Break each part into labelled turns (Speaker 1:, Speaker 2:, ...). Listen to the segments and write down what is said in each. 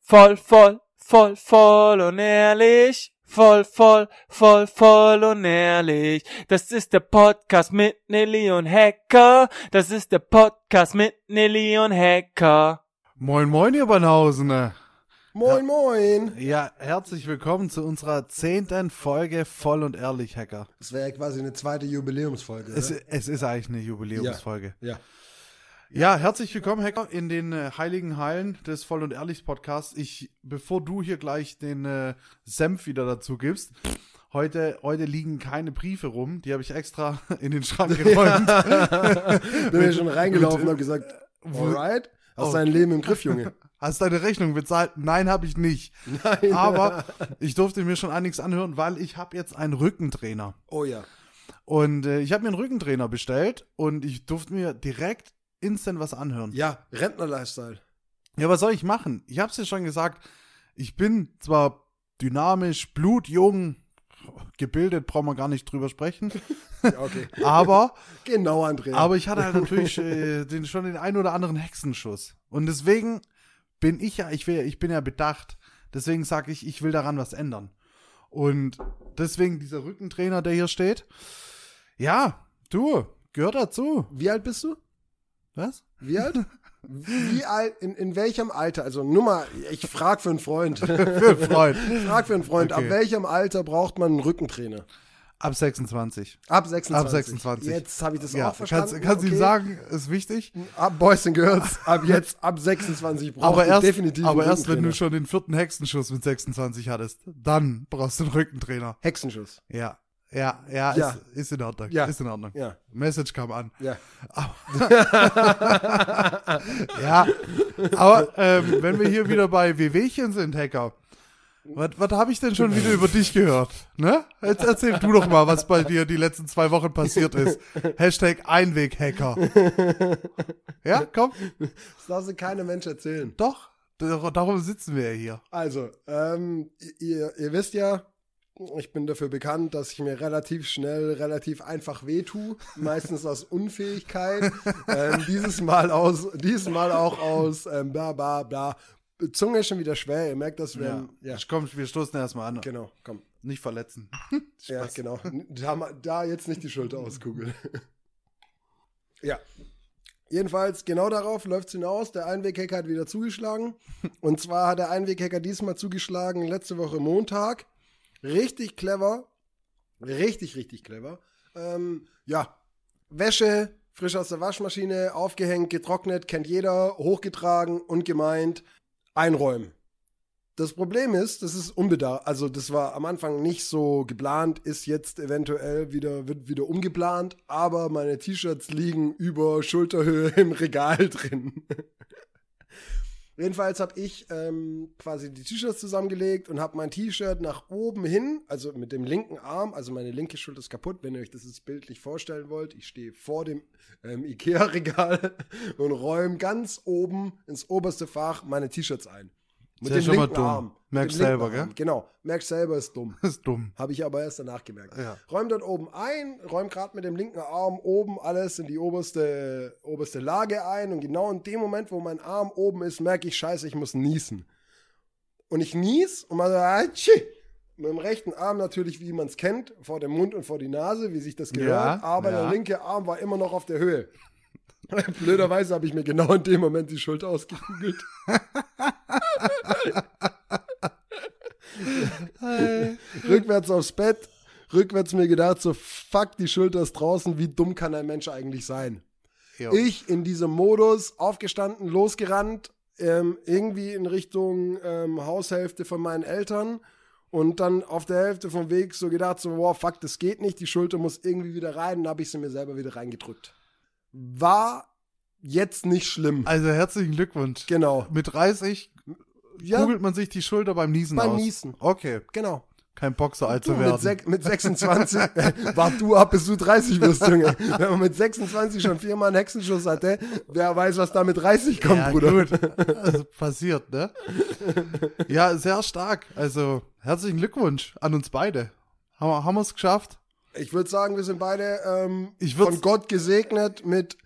Speaker 1: Voll, voll, voll, voll und ehrlich. Voll, voll, voll, voll und ehrlich. Das ist der Podcast mit Nelly und Hacker. Das ist der Podcast mit Nelly und Hacker.
Speaker 2: Moin, moin, ihr Bernhausener.
Speaker 3: Moin, moin.
Speaker 2: Ja, herzlich willkommen zu unserer zehnten Folge Voll und Ehrlich Hacker.
Speaker 3: Das wäre ja quasi eine zweite Jubiläumsfolge.
Speaker 2: Es,
Speaker 3: Oder?
Speaker 2: es ist eigentlich eine Jubiläumsfolge.
Speaker 3: Ja.
Speaker 2: Ja, herzlich willkommen, Hacker, in den äh, heiligen Hallen des Voll und Ehrlich Podcasts. Ich, bevor du hier gleich den äh, Senf wieder dazu gibst, heute, heute liegen keine Briefe rum. Die habe ich extra in den Schrank geräumt.
Speaker 3: Bin ja schon reingelaufen und hab gesagt, alright, hast
Speaker 2: Oh.
Speaker 3: dein Leben im Griff, Junge.
Speaker 2: Hast deine Rechnung bezahlt? Nein, habe ich nicht. Nein. Aber ich durfte mir schon einiges anhören, weil ich habe jetzt einen Rückentrainer.
Speaker 3: Oh ja.
Speaker 2: Und äh, ich habe mir einen Rückentrainer bestellt und ich durfte mir direkt instant was anhören. Ja,
Speaker 3: Ja, Rentner-Lifestyle.
Speaker 2: was soll ich machen? Ich habe es dir schon gesagt, ich bin zwar dynamisch, blutjung, gebildet, brauchen wir gar nicht drüber sprechen,
Speaker 3: Ja, okay.
Speaker 2: aber,
Speaker 3: Genau, Andrea.
Speaker 2: aber ich hatte halt natürlich äh, den, schon den einen oder anderen Hexenschuss. Und deswegen bin ich ja, ich, will, ja- ich bin ja bedacht, deswegen sage ich, ich will daran was ändern. Und deswegen dieser Rückentrainer, der hier steht, ja, du, gehört dazu.
Speaker 3: Wie alt bist du?
Speaker 2: Was?
Speaker 3: Wie alt? Wie alt, in, in welchem Alter? Also Nummer, ich frag für einen Freund.
Speaker 2: Freund.
Speaker 3: frag für einen Freund,
Speaker 2: Okay.
Speaker 3: ab welchem Alter braucht man einen Rückentrainer?
Speaker 2: Ab 26.
Speaker 3: Ab 26.
Speaker 2: Ab 26.
Speaker 3: Jetzt habe ich das auch verstanden.
Speaker 2: kannst, kannst ihm
Speaker 3: okay.
Speaker 2: sagen, ist wichtig.
Speaker 3: Ab Boys and Girls, ab jetzt, ab 26 braucht
Speaker 2: Aber
Speaker 3: ihr
Speaker 2: erst,
Speaker 3: definitiv
Speaker 2: aber
Speaker 3: einen
Speaker 2: erst, wenn du
Speaker 3: Rückentrainer.
Speaker 2: schon den vierten Hexenschuss mit 26 hattest, dann brauchst du einen Rückentrainer.
Speaker 3: Hexenschuss.
Speaker 2: Ja, ja, ja,
Speaker 3: Ja.
Speaker 2: Ist, ist in Ordnung.
Speaker 3: Ja.
Speaker 2: Ist in Ordnung.
Speaker 3: Ja.
Speaker 2: Message kam an.
Speaker 3: Ja.
Speaker 2: Ja, aber ähm, wenn wir hier wieder bei WWchen sind, Hacker, was habe ich denn schon wieder über dich gehört? Ne? Jetzt erzähl du doch mal, was bei dir die letzten zwei Wochen passiert ist. Hashtag Einweghacker. Ja, komm,
Speaker 3: Das darf sie keinem Mensch erzählen.
Speaker 2: doch. Dar- Darum sitzen wir ja hier.
Speaker 3: Also, ähm, ihr, ihr wisst ja, ich bin dafür bekannt, dass ich mir relativ schnell, relativ einfach wehtue. Meistens aus Unfähigkeit. ähm, dieses Mal aus, dieses Mal auch aus ähm, bla bla bla. Zunge schon wieder schwer. Ihr merkt das, wenn. Ja,
Speaker 2: Ich komm, wir stoßen erstmal an.
Speaker 3: genau, komm.
Speaker 2: Nicht verletzen.
Speaker 3: Ja, genau. Da, ma- da jetzt nicht die Schulter auskugeln. ja. Jedenfalls, genau darauf läuft es hinaus. Der Einweghacker hat wieder zugeschlagen. Und zwar hat der Einweghacker diesmal zugeschlagen, letzte Woche Montag. Richtig clever. Richtig, richtig clever. Ähm, ja, Wäsche, frisch aus der Waschmaschine, aufgehängt, getrocknet, kennt jeder, hochgetragen und gemeint, einräumen. Das Problem ist, das ist unbedarf, also das war am Anfang nicht so geplant, ist jetzt eventuell wieder, wird wieder umgeplant, aber meine T-Shirts liegen über Schulterhöhe im Regal drin. Jedenfalls habe ich ähm, quasi die T-Shirts zusammengelegt und habe mein T-Shirt nach oben hin, also mit dem linken Arm, also meine linke Schulter ist kaputt, wenn ihr euch das jetzt bildlich vorstellen wollt. Ich stehe vor dem ähm, Ikea-Regal und räume ganz oben ins oberste Fach meine T-Shirts ein.
Speaker 2: Ist ja schon mal dumm.
Speaker 3: Mit
Speaker 2: Merkst
Speaker 3: dem linken
Speaker 2: selber, gell?
Speaker 3: Arm. Genau, merkst selber ist dumm.
Speaker 2: Das ist dumm.
Speaker 3: Habe ich aber erst danach gemerkt.
Speaker 2: Ja.
Speaker 3: Räum dort oben ein, räum gerade mit dem linken Arm oben alles in die oberste, oberste Lage ein und genau in dem Moment, wo mein Arm oben ist, merke ich, scheiße, ich muss niesen. Und ich nies und man sagt, Atschi! mit dem rechten Arm natürlich, wie man es kennt, vor dem Mund und vor die Nase, wie sich das gehört,
Speaker 2: Ja,
Speaker 3: aber
Speaker 2: ja.
Speaker 3: der linke Arm war immer noch auf der Höhe. Blöderweise habe ich mir genau in dem Moment die Schulter ausgekugelt. rückwärts aufs Bett, rückwärts mir gedacht, so fuck, die Schulter ist draußen, wie dumm kann ein Mensch eigentlich sein?
Speaker 2: Jo.
Speaker 3: Ich in diesem Modus, aufgestanden, losgerannt, ähm, irgendwie in Richtung ähm, Haushälfte von meinen Eltern und dann auf der Hälfte vom Weg so gedacht, so, wow, fuck, das geht nicht, die Schulter muss irgendwie wieder rein, dann habe ich sie mir selber wieder reingedrückt. War jetzt nicht schlimm.
Speaker 2: Also herzlichen Glückwunsch.
Speaker 3: Genau.
Speaker 2: Mit 30
Speaker 3: Ja,
Speaker 2: kugelt man sich die Schulter beim Niesen
Speaker 3: Beim
Speaker 2: aus.
Speaker 3: Niesen.
Speaker 2: Okay,
Speaker 3: genau.
Speaker 2: kein Boxer alt zu
Speaker 3: Du,
Speaker 2: werden.
Speaker 3: mit, sech- mit 26, wart du ab, bis du 30 wirst, Junge. Wenn man mit 26 schon viermal einen Hexenschuss hatte, wer weiß, was da mit 30 kommt,
Speaker 2: ja,
Speaker 3: Bruder.
Speaker 2: gut. Also passiert, ne? ja, sehr stark. Also herzlichen Glückwunsch an uns beide. Haben, wir- haben wir es geschafft?
Speaker 3: Ich würde sagen, wir sind beide ähm,
Speaker 2: Ich würd's-
Speaker 3: von Gott gesegnet mit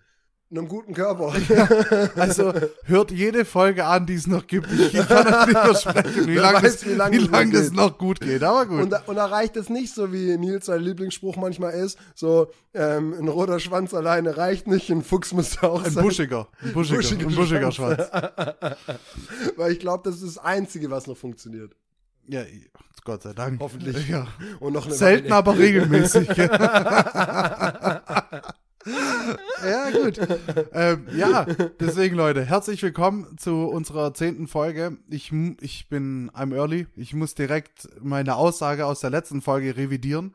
Speaker 3: einem guten Körper.
Speaker 2: Also hört jede Folge an, die es noch gibt. Ich kann euch nicht versprechen, wie
Speaker 3: Wer
Speaker 2: lange
Speaker 3: weiß,
Speaker 2: das,
Speaker 3: wie lange
Speaker 2: wie
Speaker 3: es noch
Speaker 2: lang das
Speaker 3: geht.
Speaker 2: noch gut geht. Aber gut.
Speaker 3: Und, da- und da reicht es nicht, so wie Nils sein Lieblingsspruch manchmal ist, so ähm, ein roter Schwanz alleine reicht nicht, ein Fuchs müsste auch
Speaker 2: ein
Speaker 3: sein.
Speaker 2: buschiger. Ein buschiger,
Speaker 3: buschiger
Speaker 2: ein buschiger Schwanz.
Speaker 3: Weil ich glaube, das ist das Einzige, was noch funktioniert.
Speaker 2: Ja, Gott sei Dank.
Speaker 3: Hoffentlich.
Speaker 2: Ja.
Speaker 3: Und noch eine
Speaker 2: Selten,
Speaker 3: Weile.
Speaker 2: aber regelmäßig. ja, gut. Ähm, ja, deswegen, Leute, herzlich willkommen zu unserer zehnten Folge. Ich, mu- ich bin, I'm early. Ich muss direkt meine Aussage aus der letzten Folge revidieren.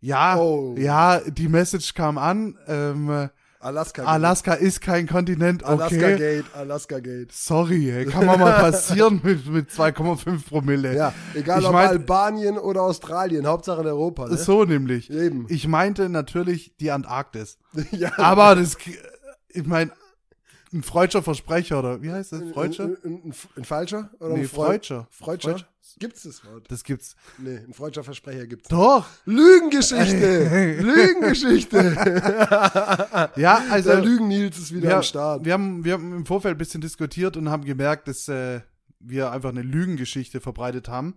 Speaker 2: Ja,
Speaker 3: Oh.
Speaker 2: ja, die Message kam an. Ähm,
Speaker 3: Alaska.
Speaker 2: Alaska ist kein Kontinent. Okay.
Speaker 3: Alaska Gate, Alaska Gate.
Speaker 2: Sorry, ey, kann man mal passieren mit, mit 2,5 Promille.
Speaker 3: Ja, egal
Speaker 2: Ich
Speaker 3: ob
Speaker 2: mein-
Speaker 3: Albanien oder Australien, Hauptsache in Europa. Ne?
Speaker 2: So nämlich.
Speaker 3: Eben.
Speaker 2: Ich Ah, meinte natürlich die Antarktis.
Speaker 3: ja,
Speaker 2: Aber das, ich meine, ein freudscher Versprecher oder wie heißt das? Freudscher?
Speaker 3: Ein, ein, ein, ein Falscher? Oder
Speaker 2: Nee,
Speaker 3: ein
Speaker 2: Freudscher.
Speaker 3: Freudscher?
Speaker 2: Freudscher.
Speaker 3: Gibt's das Wort?
Speaker 2: Das gibt's.
Speaker 3: Nee, ein Freudscher Versprecher gibt's.
Speaker 2: Doch.
Speaker 3: Lügengeschichte! Lügengeschichte!
Speaker 2: Ja, also
Speaker 3: Der Lügen-Nils ist wieder
Speaker 2: wir,
Speaker 3: am Start.
Speaker 2: Wir, haben, wir haben im Vorfeld ein bisschen diskutiert und haben gemerkt, dass äh, wir einfach eine Lügengeschichte verbreitet haben.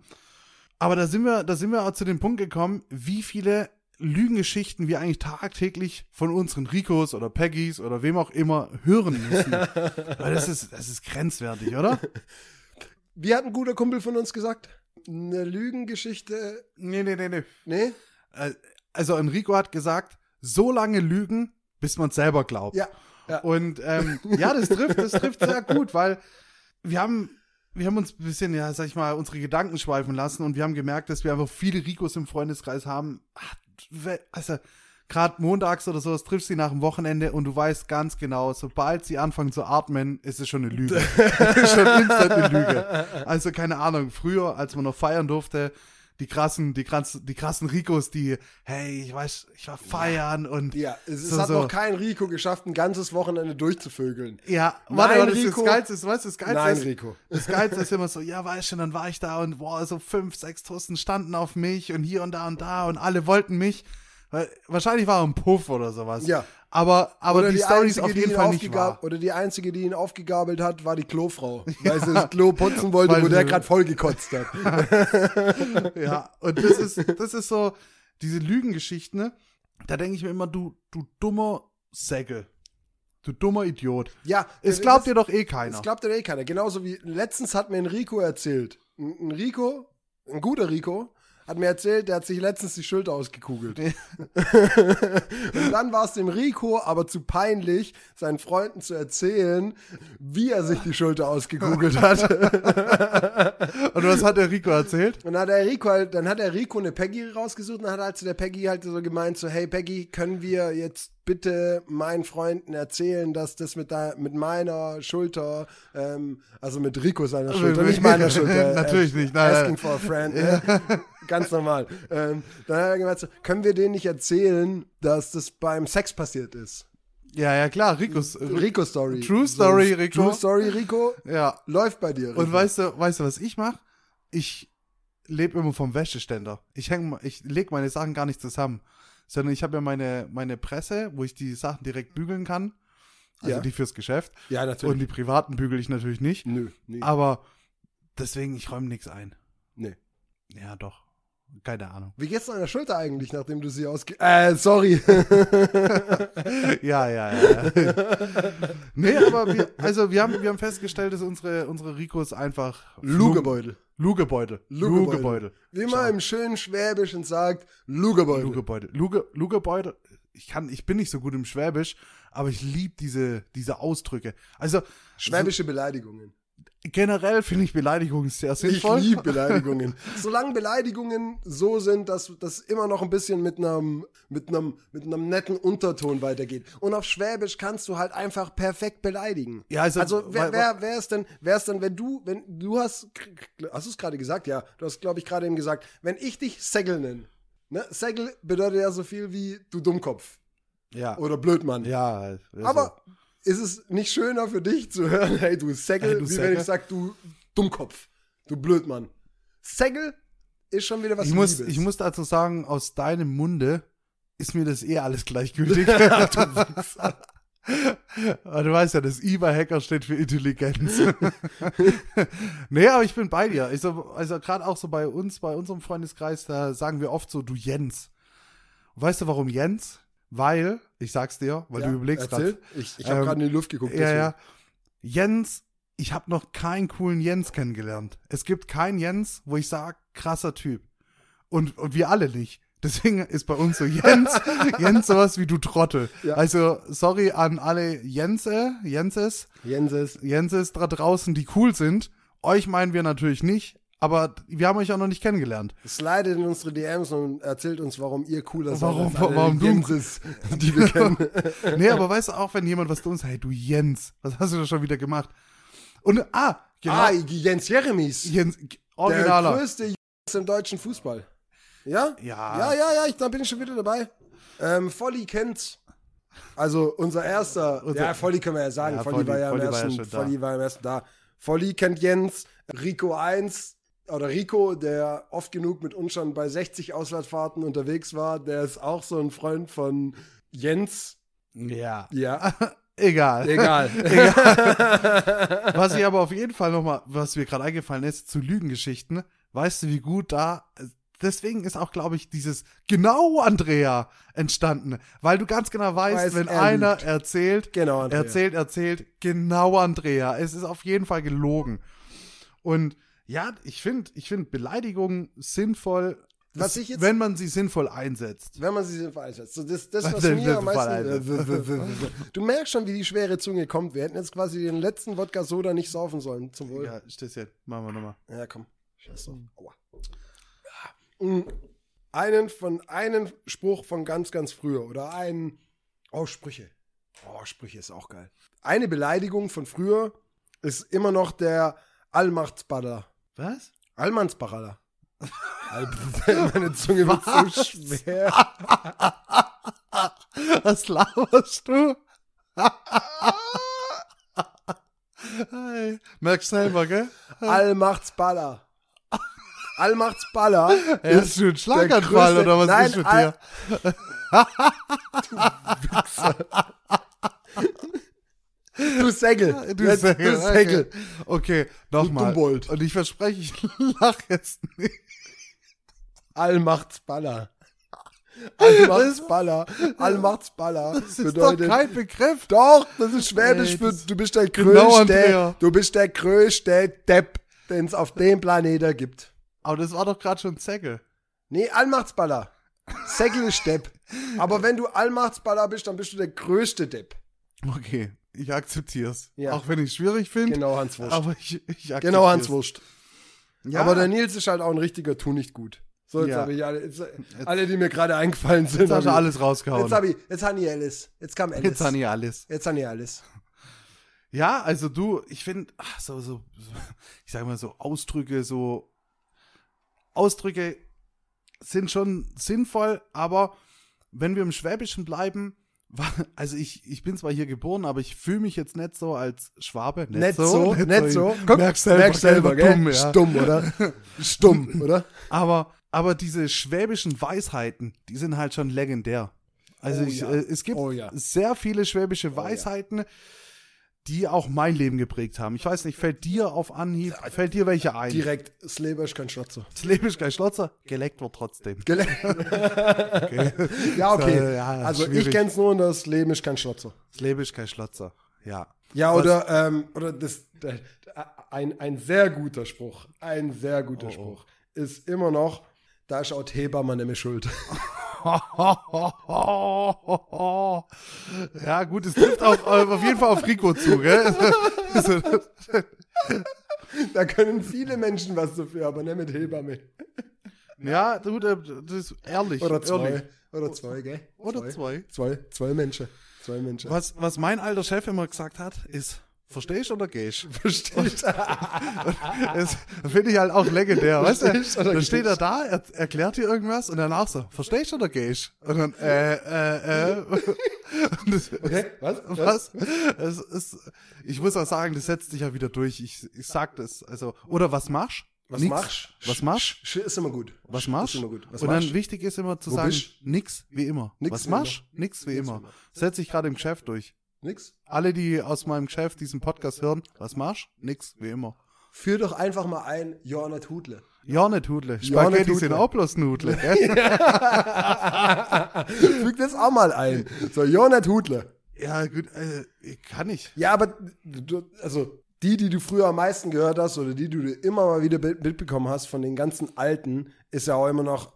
Speaker 2: Aber da sind wir, da sind wir auch zu dem Punkt gekommen, wie viele Lügengeschichten wir eigentlich tagtäglich von unseren Ricos oder Peggys oder wem auch immer hören müssen. Weil das ist, das ist grenzwertig, oder?
Speaker 3: Wie hat ein guter Kumpel von uns gesagt? Eine Lügengeschichte.
Speaker 2: Nee,
Speaker 3: ne?
Speaker 2: nee, nee, nee.
Speaker 3: Nee?
Speaker 2: Äh, Also Enrico hat gesagt, so lange lügen, bis man selber glaubt.
Speaker 3: Ja. ja.
Speaker 2: Und ähm, ja, das trifft, das trifft sehr gut, weil wir haben, wir haben uns ein bisschen, ja, sag ich mal, unsere Gedanken schweifen lassen und wir haben gemerkt, dass wir einfach viele Ricos im Freundeskreis haben. Ach, we- Also gerade montags oder sowas triffst du sie nach dem Wochenende und du weißt ganz genau, sobald sie anfangen zu atmen, ist es schon eine Lüge. Es ist schon instant eine Lüge. Also keine Ahnung, früher, als man noch feiern durfte, die krassen, die krassen, die krassen Ricos, die, hey, ich weiß, ich war feiern und
Speaker 3: Ja, es, es
Speaker 2: So,
Speaker 3: hat
Speaker 2: so.
Speaker 3: noch kein Rico geschafft, ein ganzes Wochenende durchzuvögeln.
Speaker 2: Ja,
Speaker 3: Nein,
Speaker 2: warte, warte, das, ist
Speaker 3: Rico.
Speaker 2: das Geilste ist, weißt du, das Geilste
Speaker 3: Nein,
Speaker 2: ist,
Speaker 3: Rico.
Speaker 2: das Geilste ist immer so, ja, weißt du, dann war ich da und boah, so fünf, sechs Tussen standen auf mich und hier und da und da und alle wollten mich. Weil- Wahrscheinlich war er ein Puff oder sowas.
Speaker 3: Ja.
Speaker 2: Aber, aber
Speaker 3: Oder
Speaker 2: die, Story ist
Speaker 3: einzige,
Speaker 2: auf
Speaker 3: die
Speaker 2: jeden
Speaker 3: ihn
Speaker 2: Fall nicht
Speaker 3: aufgegab-
Speaker 2: wahr.
Speaker 3: Oder die einzige, die ihn aufgegabelt hat, war die Klofrau. Weil sie das Klo putzen wollte,
Speaker 2: Weil
Speaker 3: wo der
Speaker 2: sie-
Speaker 3: gerade vollgekotzt hat.
Speaker 2: Ja, und das ist, das ist so, diese Lügengeschichten, ne? da denke ich mir immer, du, du dummer Säcke. Du dummer Idiot.
Speaker 3: Ja,
Speaker 2: Es glaubt
Speaker 3: das-
Speaker 2: dir doch eh keiner.
Speaker 3: Das glaubt dir eh keiner. Genauso wie letztens hat mir ein Rico erzählt. Ein ein Rico, ein guter Rico, hat mir erzählt, der hat sich letztens die Schulter ausgekugelt. Und dann war es dem Rico aber zu peinlich, seinen Freunden zu erzählen, wie er sich die Schulter ausgekugelt hat.
Speaker 2: Und was hat der Rico erzählt?
Speaker 3: Und dann hat der Rico halt, dann hat der Rico eine Peggy rausgesucht und hat halt zu der Peggy halt so gemeint, so, hey Peggy, können wir jetzt bitte meinen Freunden erzählen, dass das mit, da, mit meiner Schulter, ähm, also mit Rico seiner Schulter, nicht meiner Schulter. äh,
Speaker 2: Natürlich nicht, nein,
Speaker 3: Asking
Speaker 2: nein.
Speaker 3: for a friend. ne? Ganz normal. Ähm, dann hat er gemeint, so, können wir denen nicht erzählen, dass das beim Sex passiert ist?
Speaker 2: Ja, ja, klar, Ricos.
Speaker 3: Rico Story.
Speaker 2: Also True Story,
Speaker 3: So,
Speaker 2: Rico.
Speaker 3: True Story, Rico.
Speaker 2: Ja,
Speaker 3: Läuft bei dir. Rico.
Speaker 2: Und weißt du, weißt du, was ich mache? Ich lebe immer vom Wäscheständer. Ich häng, ich lege meine Sachen gar nicht zusammen, sondern ich habe ja meine, meine Presse, wo ich die Sachen direkt bügeln kann. Also
Speaker 3: Mhm. Ja.
Speaker 2: die fürs Geschäft.
Speaker 3: Ja,
Speaker 2: Und die privaten bügel ich natürlich nicht.
Speaker 3: Nö, nee,
Speaker 2: Aber deswegen, ich räume nichts ein.
Speaker 3: nee.
Speaker 2: Ja, doch. Keine Ahnung.
Speaker 3: Wie geht's deiner Schulter eigentlich, nachdem du sie ausge... Äh, sorry.
Speaker 2: Ja, ja, ja. ja. nee, aber wir, also wir haben, wir haben festgestellt, dass unsere, unsere Ricos einfach.
Speaker 3: Lugebeutel.
Speaker 2: Lugebeutel.
Speaker 3: Lugebeutel.
Speaker 2: Lugebeutel.
Speaker 3: Wie man im schönen Schwäbischen sagt, Lugebeutel.
Speaker 2: Lugebeutel. Luge, Lugebeutel. Ich kann, ich bin nicht so gut im Schwäbisch, aber ich liebe diese, diese Ausdrücke. Also
Speaker 3: Schwäbische Beleidigungen.
Speaker 2: so, generell finde ich Beleidigungen sehr
Speaker 3: Ich
Speaker 2: sinnvoll.
Speaker 3: liebe Beleidigungen. Solange Beleidigungen so sind, dass das immer noch ein bisschen mit einem mit einem mit einem netten Unterton weitergeht. Und auf Schwäbisch kannst du halt einfach perfekt beleidigen.
Speaker 2: Ja, also-
Speaker 3: wer,
Speaker 2: weil-
Speaker 3: wer, wer ist denn wer ist denn wenn du wenn du hast hast du es gerade gesagt? Ja, du hast glaube ich gerade eben gesagt, wenn ich dich Segel nenne. Ne? Segel bedeutet ja so viel wie du Dummkopf
Speaker 2: ja.
Speaker 3: oder Blödmann.
Speaker 2: ja. Also,
Speaker 3: Aber ist es nicht schöner für dich zu hören, hey, du Segel,
Speaker 2: Hey, du
Speaker 3: wie wenn
Speaker 2: Segel.
Speaker 3: ich sag, du Dummkopf, du Blödmann. Segel ist schon wieder was
Speaker 2: ich muss,
Speaker 3: Liebes.
Speaker 2: ich muss dazu sagen, aus deinem Munde ist mir das eh alles gleichgültig. Du Wichser. Aber du weißt ja, das I bei Hacker steht für Intelligenz. nee, aber ich bin bei dir. Ich so, also gerade auch so bei uns, bei unserem Freundeskreis, da sagen wir oft so, du Jens. Weißt du, warum Jens? Weil, ich sag's dir, weil
Speaker 3: Ja,
Speaker 2: du überlegst
Speaker 3: erzähl.
Speaker 2: grad.
Speaker 3: Ich, ich habe
Speaker 2: Ähm,
Speaker 3: gerade in die Luft geguckt.
Speaker 2: Ja, ja. Jens, ich habe noch keinen coolen Jens kennengelernt. Es gibt keinen Jens, wo ich sage, krasser Typ. Und, und wir alle nicht. Deswegen ist bei uns so Jens, Jens sowas wie du Trottel.
Speaker 3: Ja.
Speaker 2: Also sorry an alle Jense, Jenses,
Speaker 3: deswegen. Jenses.
Speaker 2: Jenses da draußen, die cool sind. Euch meinen wir natürlich nicht, aber wir haben euch auch noch nicht kennengelernt.
Speaker 3: Slidet in unsere DMs und erzählt uns, warum ihr cooler
Speaker 2: Warum-
Speaker 3: seid. als alle
Speaker 2: warum du-
Speaker 3: Jenses, die wir kennen.
Speaker 2: nee, aber weißt du auch, wenn jemand was dumm sagt, hey du Jens, was hast du da schon wieder gemacht? Und ah, genau,
Speaker 3: Ah, Jens Jeremies.
Speaker 2: Jens,
Speaker 3: Der
Speaker 2: originaler.
Speaker 3: größte Jens im deutschen Fußball. Ja?
Speaker 2: Ja.
Speaker 3: Ja, ja, ja, ich, da bin ich schon wieder dabei. Ähm, Volli kennt's. Also unser erster,
Speaker 2: Unser-
Speaker 3: ja, Volli können wir ja sagen.
Speaker 2: Ja,
Speaker 3: Volli, war
Speaker 2: Volli-
Speaker 3: ja im
Speaker 2: Volli war ja
Speaker 3: ersten,
Speaker 2: schon da.
Speaker 3: Volli war im ersten da. Volli kennt Jens, Rico 1 oder Rico, der oft genug mit uns schon bei 60 Auslandfahrten unterwegs war, der ist auch so ein Freund von Jens.
Speaker 2: Ja.
Speaker 3: Ja,
Speaker 2: Egal.
Speaker 3: egal.
Speaker 2: Was ich aber auf jeden Fall nochmal, was mir gerade eingefallen ist, zu Lügengeschichten, weißt du, wie gut da. Deswegen ist auch, glaube ich, dieses genau Andrea entstanden, weil du ganz genau weißt,
Speaker 3: Weiß,
Speaker 2: wenn
Speaker 3: er
Speaker 2: einer
Speaker 3: lügt.
Speaker 2: erzählt,
Speaker 3: Genau, Andrea.
Speaker 2: erzählt, erzählt, genau Andrea. Es ist auf jeden Fall gelogen. Und ja, ich finde, ich finde Beleidigungen sinnvoll,
Speaker 3: Was ich jetzt-
Speaker 2: wenn man sie sinnvoll einsetzt.
Speaker 3: Wenn man sie sinnvoll einsetzt. So, das, das, was
Speaker 2: Wenn
Speaker 3: mir am äh,
Speaker 2: sinnvoll
Speaker 3: meisten. du merkst schon, wie die schwere Zunge kommt. Wir hätten jetzt quasi den letzten Wodka Soda nicht saufen sollen, zum Wohl. Ja,
Speaker 2: Ja, Stisschen, machen wir nochmal.
Speaker 3: komm. Scheiß drauf. Aua. Mm. Einen von einen Spruch von ganz, ganz früher oder einen. Oh, Sprüche. Oh, Sprüche ist auch geil. Eine Beleidigung von früher ist immer noch der Allmachtsballer.
Speaker 2: Was?
Speaker 3: Allmannsbacher. Meine Zunge wird so
Speaker 2: Was?
Speaker 3: schwer.
Speaker 2: Was laberst du? Hey, merkst selber, gell?
Speaker 3: Allmachtsballer. Allmachtsballer.
Speaker 2: Hey, hast du einen Schlaganfall
Speaker 3: größte-
Speaker 2: oder was
Speaker 3: Nein, ah,
Speaker 2: ist mit
Speaker 3: Al-
Speaker 2: dir?
Speaker 3: Du Segel.
Speaker 2: Du Säckel.
Speaker 3: Du Segel.
Speaker 2: Okay, okay nochmal.
Speaker 3: Dumbold.
Speaker 2: Und ich verspreche, ich lach jetzt nicht.
Speaker 3: Allmachtsballer. Allmachtsballer. Allmachtsballer.
Speaker 2: Das ist doch kein Begriff.
Speaker 3: Doch, das ist Schwäbisch
Speaker 2: Ey,
Speaker 3: für
Speaker 2: das-
Speaker 3: du bist der
Speaker 2: Genau,
Speaker 3: größte,
Speaker 2: Andrea.
Speaker 3: du bist der größte Depp, den es auf dem Planeten gibt.
Speaker 2: Aber das war doch gerade schon Zegel.
Speaker 3: Nee, Allmachtsballer. Segel ist Depp. Aber wenn du Allmachtsballer bist, dann bist du der größte Depp.
Speaker 2: Okay, ich akzeptier's.
Speaker 3: Ja.
Speaker 2: Auch wenn ich es schwierig finde.
Speaker 3: Genau, Hans Wurst.
Speaker 2: Aber ich, ich akzeptier's.
Speaker 3: Genau, Hans Wurst.
Speaker 2: Ja,
Speaker 3: Aber der Nils ist halt auch ein richtiger Tu nicht gut. So, jetzt
Speaker 2: Ja.
Speaker 3: habe ich alle, jetzt, alle, die mir gerade eingefallen sind.
Speaker 2: jetzt hast du
Speaker 3: hab ich-
Speaker 2: alles rausgehauen.
Speaker 3: Jetzt habe ich, jetzt habe ich alles. Jetzt kam alles.
Speaker 2: Jetzt habe ich alles.
Speaker 3: Jetzt habe ich alles.
Speaker 2: Ja, also du, ich finde, so, so, so, ich sag mal so, Ausdrücke, so, Ausdrücke sind schon sinnvoll, aber wenn wir im Schwäbischen bleiben, wa- also ich, ich bin zwar hier geboren, aber ich fühle mich jetzt nicht so als Schwabe.
Speaker 3: Nicht so, nicht so. Guck,
Speaker 2: merkst selber,
Speaker 3: merkst selber, gell?
Speaker 2: Dumm, ja.
Speaker 3: Stumm, oder? Stumm, oder?
Speaker 2: Aber, aber diese schwäbischen Weisheiten, die sind halt schon legendär. Also
Speaker 3: Oh
Speaker 2: ich,
Speaker 3: ja.
Speaker 2: äh, es gibt
Speaker 3: Oh ja. Oh,
Speaker 2: sehr viele schwäbische
Speaker 3: ja.
Speaker 2: Weisheiten, die auch mein Leben geprägt haben. Ich weiß nicht, fällt dir auf Anhieb, fällt dir welche ein?
Speaker 3: Direkt, Sleber ist kein Schlotzer.
Speaker 2: Schlebisch gleich Schlotzer, geleckt wird trotzdem.
Speaker 3: Gell? ja, okay.
Speaker 2: Äh, ja,
Speaker 3: also ich
Speaker 2: schwierig.
Speaker 3: kenne es nur und das Leben ist kein Schlotzer.
Speaker 2: Schlebisch gleich Schlotzer, ja.
Speaker 3: Ja,
Speaker 2: Was-
Speaker 3: oder, ähm, oder das, der- ein, ein sehr guter Spruch, ein sehr
Speaker 2: Oh,
Speaker 3: guter Spruch ist immer noch, da ist auch die Hebamme nämlich schuld.
Speaker 2: Ja, gut, es trifft auch äh, auf jeden Fall auf Rico zu, gell? Also,
Speaker 3: Da können viele Menschen was dafür, aber nicht mit Hebamme.
Speaker 2: ja, gut, äh, das ist ehrlich.
Speaker 3: Oder zwei.
Speaker 2: Ehrlich.
Speaker 3: Oder zwei, gell?
Speaker 2: Oh, Oder zwei.
Speaker 3: Zwei, zwei Menschen. Zwei Menschen.
Speaker 2: Was, was mein alter Chef immer gesagt hat, ist, verstehst oder gehst?
Speaker 3: Versteht.
Speaker 2: Das finde ich halt auch legendär, weißt
Speaker 3: Verstehst
Speaker 2: du?
Speaker 3: oder
Speaker 2: Dann
Speaker 3: gehst?
Speaker 2: steht er da, er, erklärt dir irgendwas und danach so, verstehst oder gehst? Und dann, äh, äh, äh. Und das,
Speaker 3: Okay, was?
Speaker 2: was? Es ist, ich muss auch sagen, das setzt sich ja wieder durch. Ich, ich sag das, also, oder was machst?
Speaker 3: Was
Speaker 2: Nix.
Speaker 3: machst?
Speaker 2: Was machst?
Speaker 3: Sch ist immer gut.
Speaker 2: Was
Speaker 3: Sch
Speaker 2: machst?
Speaker 3: Ist immer gut. Was
Speaker 2: und dann
Speaker 3: machst?
Speaker 2: wichtig ist immer zu
Speaker 3: Wo
Speaker 2: sagen,
Speaker 3: bist?
Speaker 2: nix wie immer.
Speaker 3: Nix
Speaker 2: was
Speaker 3: wie
Speaker 2: machst? Nix wie immer. Setzt sich gerade im Geschäft durch.
Speaker 3: Nix?
Speaker 2: Alle, die aus meinem Chef diesen Podcast hören, was machst du? Nix, wie immer.
Speaker 3: Führ doch einfach mal ein, Jornet Hudle.
Speaker 2: Jorne Tudle.
Speaker 3: Jorne
Speaker 2: Spaghetti
Speaker 3: Tudle.
Speaker 2: sind auch bloß Nudle, gell?
Speaker 3: Füg das auch mal ein. So, Jornet Hudle.
Speaker 2: ja, gut, äh, kann ich.
Speaker 3: Ja, aber du, also die, die du früher am meisten gehört hast oder die, die du immer mal wieder mit- mitbekommen hast von den ganzen Alten, ist ja auch immer noch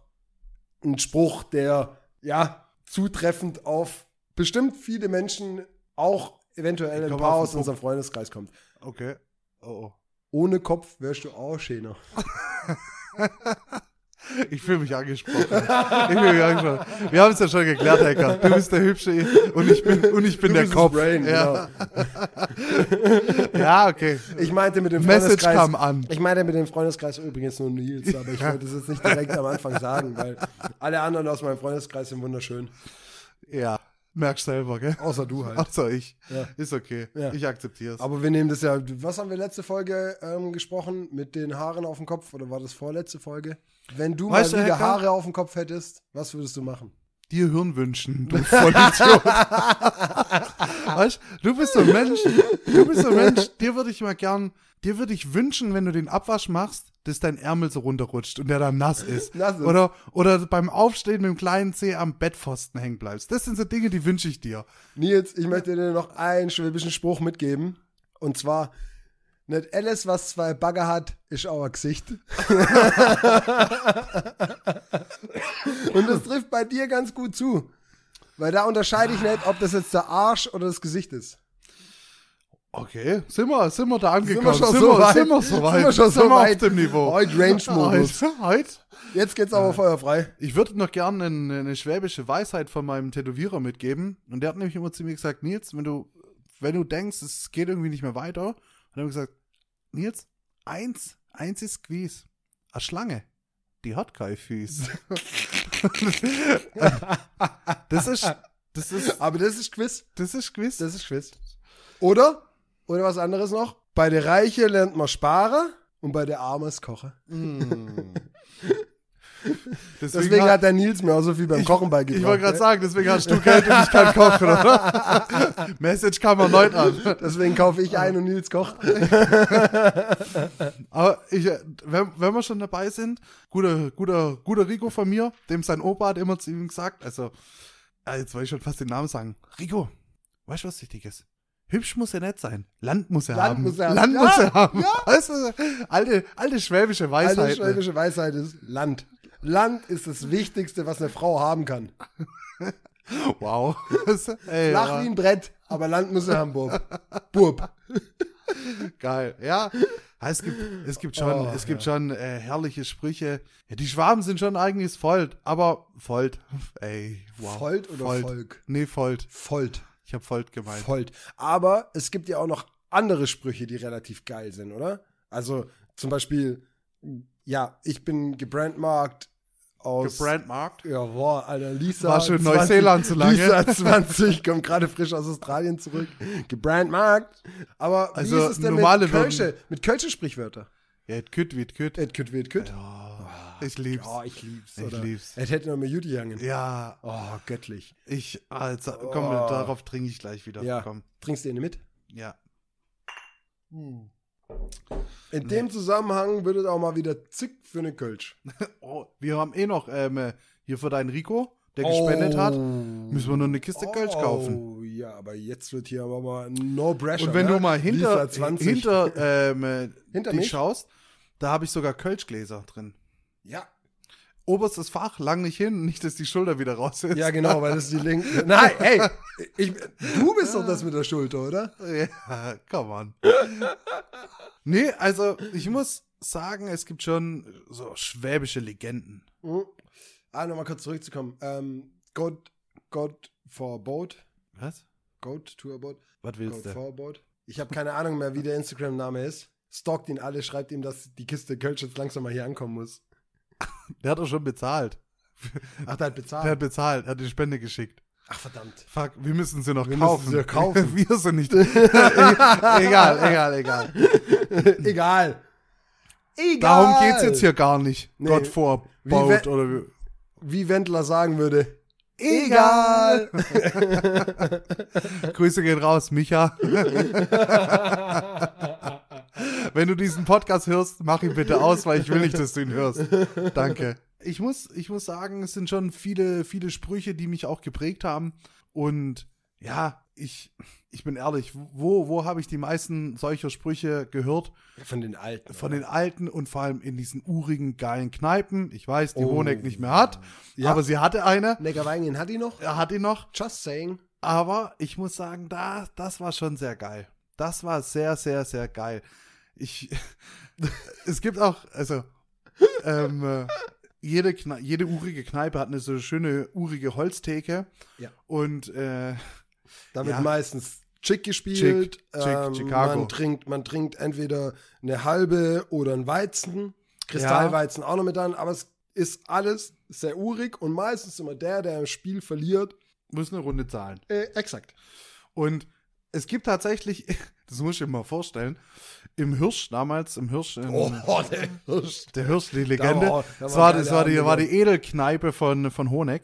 Speaker 3: ein Spruch, der ja zutreffend auf bestimmt viele Menschen, auch eventuell ein
Speaker 2: komm
Speaker 3: paar
Speaker 2: auf den
Speaker 3: aus unserem Freundeskreis kommt.
Speaker 2: Okay. Oh,
Speaker 3: Ohne Kopf wärst du auch schöner.
Speaker 2: oh. Ich fühle mich angesprochen. Ich fühle mich angesprochen. Wir haben es ja schon geklärt, Hacker. Du bist der Hübsche ich- und ich bin, und ich bin
Speaker 3: Du
Speaker 2: der
Speaker 3: bist das
Speaker 2: Kopf.
Speaker 3: Brain,
Speaker 2: ja.
Speaker 3: genau.
Speaker 2: ja, okay.
Speaker 3: Ich meinte mit dem
Speaker 2: Message
Speaker 3: Freundeskreis.
Speaker 2: kam an.
Speaker 3: Ich meinte mit dem Freundeskreis übrigens nur Nils, aber ich wollte es jetzt nicht direkt am Anfang sagen, weil alle anderen aus meinem Freundeskreis sind wunderschön.
Speaker 2: Ja, merkst selber, gell?
Speaker 3: Außer du halt.
Speaker 2: Außer ich.
Speaker 3: Ja.
Speaker 2: Ist okay.
Speaker 3: Ja.
Speaker 2: Ich akzeptiere es.
Speaker 3: Aber wir nehmen das ja. Was haben wir letzte Folge ähm, gesprochen? Mit den Haaren auf dem Kopf? Oder war das vorletzte Folge? Wenn du
Speaker 2: Weißt du,
Speaker 3: mal wieder
Speaker 2: Hacker?
Speaker 3: Haare auf dem Kopf hättest, was würdest du machen?
Speaker 2: dir Hirnwünschen, du Vollidiot. weißt, du bist so ein Mensch, du bist so ein Mensch, dir würde ich mal gern, dir würde ich wünschen, wenn du den Abwasch machst, dass dein Ärmel so runterrutscht und der dann nass ist.
Speaker 3: Nass ist.
Speaker 2: Oder, oder beim Aufstehen mit dem kleinen Zeh am Bettpfosten hängen bleibst. Das sind so Dinge, die wünsche ich dir.
Speaker 3: Nils, ich möchte dir noch einen schwäbischen Spruch mitgeben. Und zwar: Nicht alles, was zwei Bagger hat, ist auer Gesicht. Und das trifft bei dir ganz gut zu. Weil da unterscheide ich nicht, ob das jetzt der Arsch oder das Gesicht ist.
Speaker 2: Okay, sind wir, sind wir da angekommen?
Speaker 3: schon so weit?
Speaker 2: sind wir so weit?
Speaker 3: Sind wir schon so
Speaker 2: auf
Speaker 3: weit?
Speaker 2: dem Niveau?
Speaker 3: Heute Range-Modus.
Speaker 2: Heute, heute.
Speaker 3: Jetzt geht's
Speaker 2: Äh.
Speaker 3: aber feuerfrei.
Speaker 2: Ich würde noch gerne eine, eine schwäbische Weisheit von meinem Tätowierer mitgeben. Und der hat nämlich immer zu mir gesagt, Nils, wenn du, wenn du denkst, es geht irgendwie nicht mehr weiter, hat er mir gesagt, Nils, eins, eins ist Squeeze. Eine Schlange, die hat kein Füß. das ist, das ist,
Speaker 3: Aber das ist Quiz.
Speaker 2: das ist Quiz.
Speaker 3: Das ist Quiz. Oder? Oder was anderes noch? Bei der Reiche lernt man sparen und bei der Arme ist Kochen. Deswegen, hat der Nils mir auch so viel beim Kochen beigebracht.
Speaker 2: Ich wollte gerade
Speaker 3: ne?
Speaker 2: sagen, deswegen hast du Geld und ich kann kochen, oder? Message kam erneut an.
Speaker 3: Deswegen kaufe
Speaker 2: Ah.
Speaker 3: ich ein und Nils kocht.
Speaker 2: Aber ich, äh, wenn, wenn wir schon dabei sind, guter, guter, guter Rico von mir, dem sein Opa hat immer zu ihm gesagt, also, ah, jetzt wollte ich schon fast den Namen sagen. Rico, weißt du, was wichtig ist? Hübsch muss er nicht sein. Land muss er
Speaker 3: Land
Speaker 2: haben.
Speaker 3: muss er haben.
Speaker 2: Land
Speaker 3: Ja,
Speaker 2: muss er haben. Weißt du, alte, alte schwäbische Weisheit.
Speaker 3: Alte schwäbische Weisheit ist Land. Land ist das Wichtigste, was eine Frau haben kann.
Speaker 2: ne? Wow. Ey,
Speaker 3: Flach
Speaker 2: ja.
Speaker 3: wie ein Brett, aber Land muss in Hamburg. Bub.
Speaker 2: Geil, ja. Ja, Es gibt, es gibt schon,
Speaker 3: Oh,
Speaker 2: es gibt schon äh, herrliche Sprüche. Ja, die Schwaben sind schon eigentlich Volt, aber Volt, ey, wow.
Speaker 3: Volt oder
Speaker 2: Volt.
Speaker 3: Volk?
Speaker 2: Nee, Volt.
Speaker 3: Volt.
Speaker 2: Ich habe Volt gemeint.
Speaker 3: Volt. Aber es gibt ja auch noch andere Sprüche, die relativ geil sind, oder? Also zum Beispiel, ja, ich bin gebrandmarkt aus.
Speaker 2: Gebrandmarkt.
Speaker 3: Jawohl, Alter, Lisa.
Speaker 2: War schon in Neuseeland zu lange.
Speaker 3: Lisa 20, kommt gerade frisch aus Australien zurück. Gebrandmarkt. Aber
Speaker 2: Also,
Speaker 3: wie ist es denn
Speaker 2: normale
Speaker 3: mit Kölsche? Mit Kölsche Sprichwörter.
Speaker 2: Ja, et küt wie et küt.
Speaker 3: Et küt wird küt.
Speaker 2: Ich lieb's.
Speaker 3: Oh, ich lieb's.
Speaker 2: Ich
Speaker 3: oder?
Speaker 2: lieb's.
Speaker 3: Et hätte noch mit Judy hangen.
Speaker 2: Ja,
Speaker 3: Oh, göttlich.
Speaker 2: ich, ah, jetzt, komm, darauf trinke ich gleich wieder.
Speaker 3: Oh. Ja.
Speaker 2: Komm.
Speaker 3: Trinkst du eine mit?
Speaker 2: Ja. Hm.
Speaker 3: In dem Zusammenhang würde auch mal wieder zick für eine Kölsch.
Speaker 2: Oh, wir haben eh noch ähm, äh, hier für deinen Rico, der gespendet hat, müssen wir nur eine Kiste Kölsch kaufen.
Speaker 3: Oh, ja, aber jetzt wird hier aber mal no pressure.
Speaker 2: Und wenn
Speaker 3: ne?
Speaker 2: du mal hinter,
Speaker 3: Lisa 20.
Speaker 2: hinter, ähm, äh,
Speaker 3: Hinter
Speaker 2: dich
Speaker 3: mich?
Speaker 2: schaust, da habe ich sogar Kölschgläser drin.
Speaker 3: Ja.
Speaker 2: Oberstes Fach, lang nicht hin, nicht, dass die Schulter wieder raus ist.
Speaker 3: ja, genau, weil das ist die linke. Nein, hey, ich, du bist doch das mit der Schulter, oder?
Speaker 2: Ja, come on. nee, also ich muss sagen, es gibt schon so schwäbische Legenden.
Speaker 3: Mhm. Ah, nochmal kurz zurückzukommen. Ähm, God, God for a boat.
Speaker 2: Was?
Speaker 3: Goat to a boat.
Speaker 2: Was
Speaker 3: God
Speaker 2: willst du?
Speaker 3: for a boat. Ich habe keine Ahnung mehr, wie der Instagram-Name ist. Stalkt ihn alle, schreibt ihm, dass die Kiste Kölsch jetzt langsam mal hier ankommen muss.
Speaker 2: Der hat doch schon bezahlt.
Speaker 3: Ach, der hat halt
Speaker 2: Der hat
Speaker 3: bezahlt.
Speaker 2: bezahlt, er hat die Spende geschickt.
Speaker 3: Ach, verdammt.
Speaker 2: Fuck, wir müssen sie noch
Speaker 3: Wir müssen
Speaker 2: kaufen.
Speaker 3: sie kaufen.
Speaker 2: wir sind nicht. egal, egal, egal.
Speaker 3: Egal. Egal.
Speaker 2: Darum geht's jetzt hier gar nicht.
Speaker 3: Nee.
Speaker 2: Gott vor
Speaker 3: Wie
Speaker 2: Boat
Speaker 3: we-
Speaker 2: oder wie.
Speaker 3: Wie Wendler sagen würde,
Speaker 2: Egal. Grüße gehen raus, Micha. Wenn du diesen Podcast hörst, mach ihn bitte aus, weil ich will nicht, dass du ihn hörst. Danke. Ich muss, ich muss sagen, es sind schon viele, viele Sprüche, die mich auch geprägt haben. Und ja, ich, ich bin ehrlich, wo, wo habe ich die meisten solcher Sprüche gehört?
Speaker 3: Von den Alten.
Speaker 2: Von den alten und vor allem in diesen urigen, geilen Kneipen. Ich weiß, die Honeck nicht mehr hat,
Speaker 3: Ja.
Speaker 2: aber sie hatte eine.
Speaker 3: Neckarweinien hat die noch?
Speaker 2: Er hat ihn noch.
Speaker 3: Just saying.
Speaker 2: Aber ich muss sagen, da, das war schon sehr geil. Das war sehr, sehr, sehr geil. Ich, es gibt auch, also, ähm, äh, jede, Kne jede urige Kneipe hat eine so schöne urige Holztheke.
Speaker 3: Ja.
Speaker 2: Und, äh,
Speaker 3: Da wird
Speaker 2: Ja.
Speaker 3: meistens Chick gespielt. ähm,
Speaker 2: Chick, Chicago.
Speaker 3: Man trinkt, man trinkt entweder eine halbe oder ein Weizen. Kristallweizen auch noch mit an, aber es ist alles sehr urig und meistens immer der, der im Spiel verliert.
Speaker 2: muss eine Runde zahlen.
Speaker 3: Äh, exakt.
Speaker 2: Und es gibt tatsächlich, das muss ich mir mal vorstellen, im Hirsch damals, im Hirsch, in,
Speaker 3: der Hirsch.
Speaker 2: Oh, Der Hirsch, die
Speaker 3: Da war-
Speaker 2: Legende.
Speaker 3: da
Speaker 2: Das
Speaker 3: war
Speaker 2: war,
Speaker 3: geile
Speaker 2: das war, die,
Speaker 3: Abende,
Speaker 2: war die Edelkneipe von, von Honeck.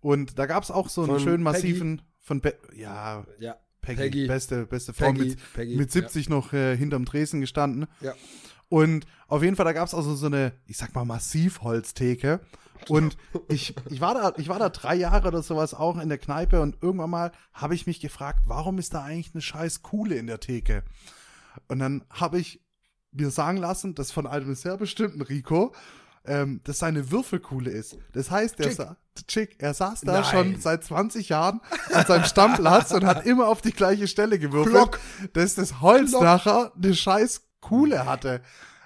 Speaker 2: Und da gab es auch so einen
Speaker 3: Von
Speaker 2: schönen
Speaker 3: Peggy.
Speaker 2: massiven von Be ja,
Speaker 3: Ja,
Speaker 2: Peggy,
Speaker 3: Peggy.
Speaker 2: beste, beste Frau
Speaker 3: Peggy,
Speaker 2: mit,
Speaker 3: Peggy,
Speaker 2: mit 70 noch äh, hinterm Tresen gestanden.
Speaker 3: Ja.
Speaker 2: Und auf jeden Fall, da gab es also so eine, ich sag mal, Massivholztheke. Und ich, ich, war da, ich war da drei Jahre oder sowas auch in der Kneipe und irgendwann mal habe ich mich gefragt, warum ist da eigentlich eine scheiß Kuhle in der Theke? Und dann habe ich mir sagen lassen, dass von einem sehr bestimmten Rico, ähm, dass seine Würfelkuhle ist. Das heißt, er,
Speaker 3: Chick.
Speaker 2: sa Chick, er saß da
Speaker 3: Nein.
Speaker 2: schon seit 20 Jahren an seinem Stammplatz und hat immer auf die gleiche Stelle gewürfelt,
Speaker 3: Glock.
Speaker 2: dass das Holz
Speaker 3: Glock.
Speaker 2: nachher eine scheiß Kuhle hatte.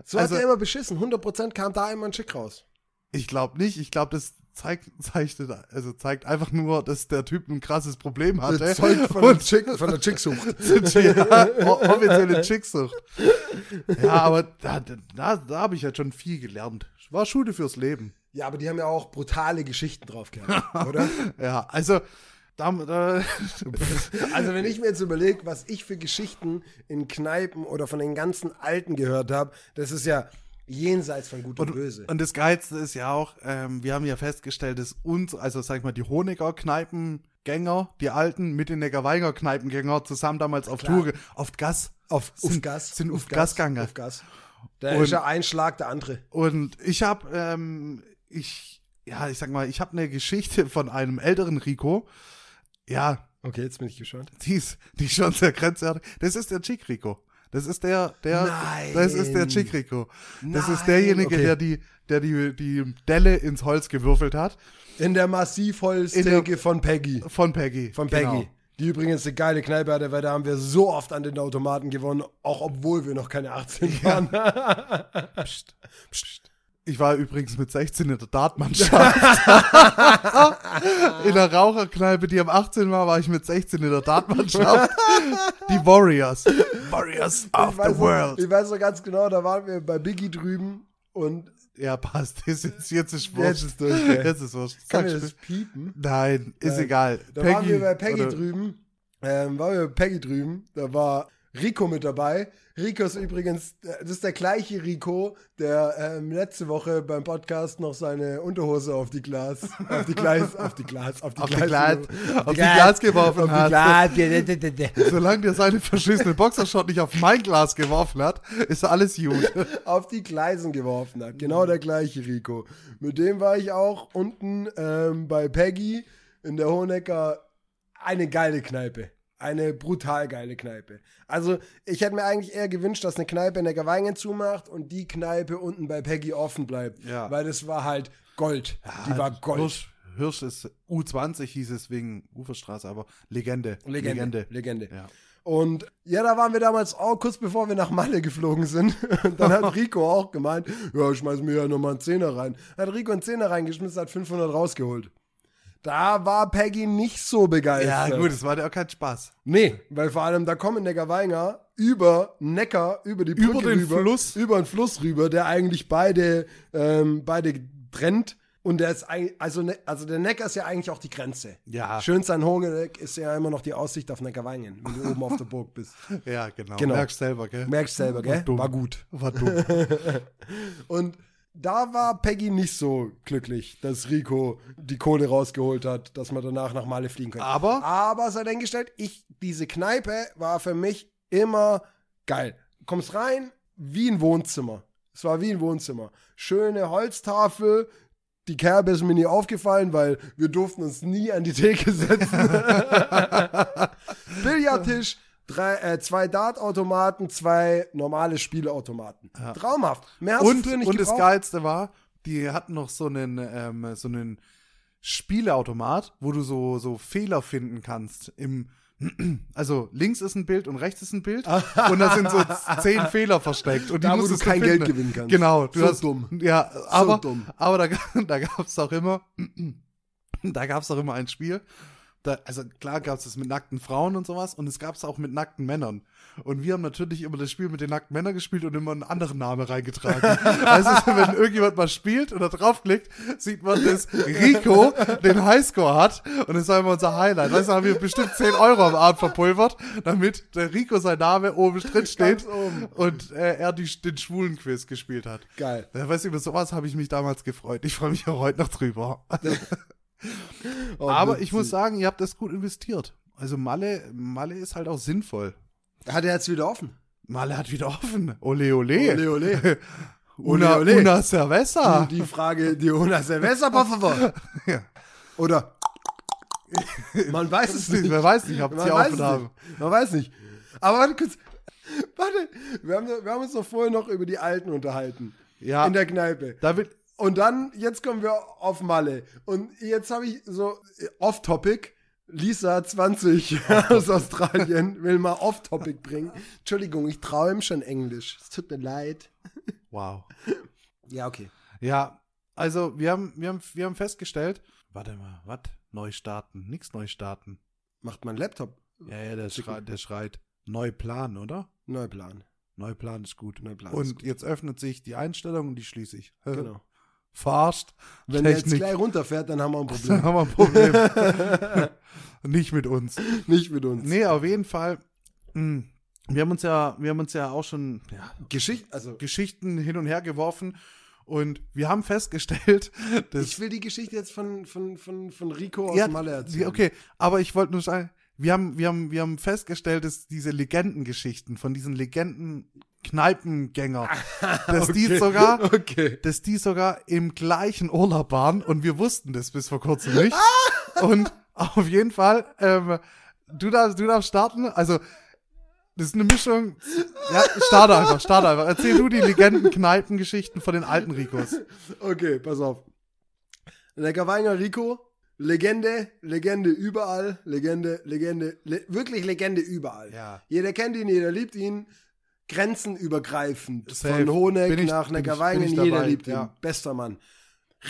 Speaker 3: So
Speaker 2: also,
Speaker 3: hat er immer beschissen. 100% kam da immer ein Chick raus.
Speaker 2: ich glaube nicht, ich glaube, das zeigt, zeichnet, also zeigt einfach nur, dass der Typ ein krasses Problem hatte.
Speaker 3: Das Zeug von der,
Speaker 2: und
Speaker 3: Chick, von der Chicksucht.
Speaker 2: ja, o- offizielle Chicksucht. Ja, aber da, da, da habe ich halt schon viel gelernt. War Schule fürs Leben.
Speaker 3: Ja, aber die haben ja auch brutale Geschichten drauf gehabt, oder?
Speaker 2: Ja, also, da, da,
Speaker 3: Also wenn ich mir jetzt überlege, was ich für Geschichten in Kneipen oder von den ganzen Alten gehört habe, das ist ja jenseits von Gut und, Böse.
Speaker 2: Und das Geilste ist ja auch, ähm, wir haben ja festgestellt, dass uns, also sag ich mal, die Honiger Kneipengänger, die alten mit den Neckarweiger Kneipengänger zusammen damals auf
Speaker 3: Klar.
Speaker 2: Tour, ge- auf Gas, auf, sind, sind auf, Gas gegangen.
Speaker 3: Auf Gas. Der
Speaker 2: Und-
Speaker 3: ist ja ein Schlag, der andere.
Speaker 2: Und ich habe, ähm, ich, ja, ich sag mal, ich habe eine Geschichte von einem älteren Rico. Ja,
Speaker 3: Okay, jetzt bin ich gespannt.
Speaker 2: die ist, die ist schon sehr grenzwertig. Das ist der Chick Rico. Das ist der, der,
Speaker 3: Nein.
Speaker 2: das ist der Chick Rico. Das
Speaker 3: Nein.
Speaker 2: ist derjenige,
Speaker 3: Okay.
Speaker 2: der die, der die, die Delle ins Holz gewürfelt hat.
Speaker 3: In der
Speaker 2: In
Speaker 3: Massivholztheke
Speaker 2: der-
Speaker 3: von Peggy.
Speaker 2: Von Peggy.
Speaker 3: Von Peggy.
Speaker 2: genau.
Speaker 3: Die übrigens eine geile Kneipe hatte, weil da haben wir so oft an den Automaten gewonnen, auch obwohl wir noch keine 18 waren.
Speaker 2: Psst, psst. Ich war übrigens mit 16 in der Dartmannschaft. in der Raucherkneipe, die am 18 war, war ich mit 16 in der Dartmannschaft. Die Warriors. Warriors of
Speaker 3: weiß
Speaker 2: the
Speaker 3: noch-
Speaker 2: World.
Speaker 3: Ich weiß noch ganz genau, da waren wir bei Biggie drüben und
Speaker 2: Ja, passt. Das ist, jetzt ist
Speaker 3: Jetzt
Speaker 2: wurscht.
Speaker 3: ist durch, gell?
Speaker 2: Jetzt ist wurscht.
Speaker 3: kann
Speaker 2: Sag
Speaker 3: mir das
Speaker 2: Spiel.
Speaker 3: piepen.
Speaker 2: Nein, ist
Speaker 3: Nein.
Speaker 2: egal.
Speaker 3: Da waren wir bei Peggy
Speaker 2: oder-
Speaker 3: drüben. Ähm, waren wir bei Peggy drüben. Da war Rico mit dabei. Rico ist übrigens, äh, das ist der gleiche Rico, der ähm, letzte Woche beim Podcast noch seine Unterhose auf die Glas, auf die Gleis, auf die Glas, auf die
Speaker 2: Auf die
Speaker 3: Gleis,
Speaker 2: Glas, auf die Glas geworfen
Speaker 3: auf die
Speaker 2: hast.
Speaker 3: Glas. auf
Speaker 2: Solange der seine verschissene Boxershot nicht auf mein Glas geworfen hat, ist alles gut.
Speaker 3: die Gleisen geworfen hat. Genau der gleiche Rico. Mit dem war ich auch unten ähm, bei Peggy in der Honecker eine geile Kneipe. Eine brutal geile Kneipe. Also, ich hätte mir eigentlich eher gewünscht, dass eine Kneipe in der Geweingen zumacht und die Kneipe unten bei Peggy offen bleibt.
Speaker 2: Ja. halt
Speaker 3: Weil das war halt Gold. die war Gold.
Speaker 2: Also, Hirsch, Hirsch ist U20 hieß es wegen Uferstraße, aber Legende.
Speaker 3: Legende. Legende.
Speaker 2: Ja.
Speaker 3: Und ja, da waren wir damals auch kurz bevor wir nach Malle geflogen sind. Und dann hat Rico auch gemeint, ja, ich schmeiß mir ja nochmal einen Zehner rein. Hat Rico einen Zehner reingeschmissen, hat 500 rausgeholt. Da war Peggy nicht so
Speaker 2: ja,
Speaker 3: begeistert.
Speaker 2: gut, es war ja auch kein Spaß.
Speaker 3: Nee, weil vor allem da kommen Neckarweinger über Neckar, über die Brücke
Speaker 2: Über den
Speaker 3: rüber,
Speaker 2: Fluss.
Speaker 3: über den Fluss rüber, der eigentlich beide, ähm, beide trennt. Und der ist eigentlich, also, ne, also der Neckar ist ja eigentlich auch die Grenze.
Speaker 2: Ja.
Speaker 3: Schön San Hogeneck ist ja immer noch die Aussicht auf Neckarweigen, wenn du oben auf der Burg bist.
Speaker 2: Ja, genau.
Speaker 3: Genau.
Speaker 2: Merkst selber, gell?
Speaker 3: Merkst selber, gell?
Speaker 2: dumm.
Speaker 3: War gut.
Speaker 2: War dumm.
Speaker 3: Und Da war Peggy nicht so glücklich, dass Rico die Kohle rausgeholt hat, dass man danach nach Male fliegen könnte.
Speaker 2: Aber?
Speaker 3: Aber sei dahingestellt, ich, diese Kneipe war für mich immer geil. Kommst rein, wie ein Wohnzimmer. Es war wie ein Wohnzimmer. Schöne Holztafel. Die Kerbe ist mir nie aufgefallen, weil wir durften uns nie an die Theke setzen. Billardtisch, drei, äh, zwei Dartautomaten, zwei normale Spielautomaten. Traumhaft. Mehr hast du
Speaker 2: Und,
Speaker 3: früher nicht
Speaker 2: und das
Speaker 3: gebraucht.
Speaker 2: Geilste war, die hatten noch so einen, ähm, so einen Spieleautomat, wo du so, so Fehler finden kannst. Im, also links ist ein Bild und rechts ist ein Bild. und da sind so zehn Fehler versteckt. Und
Speaker 3: Da,
Speaker 2: die
Speaker 3: wo
Speaker 2: musst
Speaker 3: du kein Geld gewinnen kannst.
Speaker 2: Genau. Du
Speaker 3: So
Speaker 2: hast,
Speaker 3: dumm.
Speaker 2: Ja, aber,
Speaker 3: dumm.
Speaker 2: aber da, da gab es auch immer, da gab es auch immer ein Spiel. Da, also klar gab es das mit nackten Frauen und sowas und es gab es auch mit nackten Männern. Und wir haben natürlich immer das Spiel mit den nackten Männern gespielt und immer einen anderen Namen reingetragen. also wenn irgendjemand mal spielt und da draufklickt, sieht man, dass Rico den Highscore hat und das war immer unser Highlight. Weißt du, haben wir bestimmt 10 Euro am Abend verpulvert, damit der Rico sein Name oben drin steht
Speaker 3: oben.
Speaker 2: und äh, er die, den schwulen Quiz gespielt hat.
Speaker 3: Geil.
Speaker 2: Ja, weißt du, über sowas habe ich mich damals gefreut. Ich freue mich auch heute noch drüber.
Speaker 3: Oh,
Speaker 2: Aber
Speaker 3: witzig.
Speaker 2: ich muss sagen, ihr habt das gut investiert. Also Malle, Malle ist halt auch sinnvoll.
Speaker 3: Hat er jetzt wieder offen?
Speaker 2: Malle hat wieder offen. Ole, ole.
Speaker 3: Ole, ole.
Speaker 2: una,
Speaker 3: ole, ole.
Speaker 2: una cerveza.
Speaker 3: Die Frage, die Una Cerveza, por favor.
Speaker 2: Ja.
Speaker 3: Oder man weiß es nicht.
Speaker 2: Wer weiß nicht, ob sie
Speaker 3: weiß
Speaker 2: offen
Speaker 3: es
Speaker 2: haben.
Speaker 3: nicht. Man weiß nicht. Aber warte kurz. Warte, wir haben, wir haben uns doch vorher noch über die Alten unterhalten.
Speaker 2: Ja.
Speaker 3: In der Kneipe.
Speaker 2: Da wird,
Speaker 3: Und dann, jetzt kommen wir auf Malle. Und jetzt habe ich so äh, off-topic. Lisa 20 aus Australien will mal off-topic bringen. Entschuldigung, ich träume schon Englisch. Es tut mir leid.
Speaker 2: wow.
Speaker 3: Ja, okay.
Speaker 2: Ja, also wir haben, wir haben, wir haben festgestellt, warte mal, was? Neu starten, nix neu starten.
Speaker 3: Macht mein Laptop.
Speaker 2: Ja, ja, der schreit, der schreit. Neu planen, oder?
Speaker 3: Neuplan.
Speaker 2: Neu planen ist gut.
Speaker 3: Neu planen
Speaker 2: und
Speaker 3: ist gut.
Speaker 2: jetzt öffnet sich die Einstellung und die schließe ich.
Speaker 3: Genau.
Speaker 2: Fast.
Speaker 3: Wenn er jetzt
Speaker 2: Technik.
Speaker 3: gleich runterfährt, dann haben wir ein
Speaker 2: Dann
Speaker 3: Problem.
Speaker 2: haben wir ein Problem. Nicht mit uns.
Speaker 3: Nicht mit uns.
Speaker 2: Nee, auf jeden Fall. mh, Wir haben uns ja, wir haben uns ja auch schon ja,
Speaker 3: Geschichte, also
Speaker 2: Geschichten hin und her geworfen und wir haben festgestellt, dass
Speaker 3: ich will die Geschichte jetzt von, von, von, von Rico aus
Speaker 2: Ja,
Speaker 3: Malle
Speaker 2: die-
Speaker 3: erzählen.
Speaker 2: Okay, aber ich wollte nur sagen, wir haben, wir haben, wir haben festgestellt, dass diese Legendengeschichten von diesen Legenden Kneipengänger, dass die sogar,
Speaker 3: Okay.
Speaker 2: dass die sogar im gleichen Urlaub waren und wir wussten das bis vor kurzem nicht. und auf jeden Fall, ähm, du darfst, du darfst starten. Also, das ist eine Mischung. Ja, starte einfach, starte einfach. Erzähl du die Legenden-Kneipengeschichten von den alten Ricos.
Speaker 3: Okay, pass auf. Leckerweiner Rico, Legende, Legende überall, Legende, Legende, le wirklich Legende überall.
Speaker 2: Ja.
Speaker 3: Jeder kennt ihn, jeder liebt ihn. Grenzenübergreifend.
Speaker 2: Safe.
Speaker 3: Von Honeck
Speaker 2: Bin ich-
Speaker 3: nach
Speaker 2: bin ich-
Speaker 3: Neckarweingen,
Speaker 2: bin ich
Speaker 3: jeder
Speaker 2: dabei,
Speaker 3: liebt ihn.
Speaker 2: ja.
Speaker 3: Bester Mann.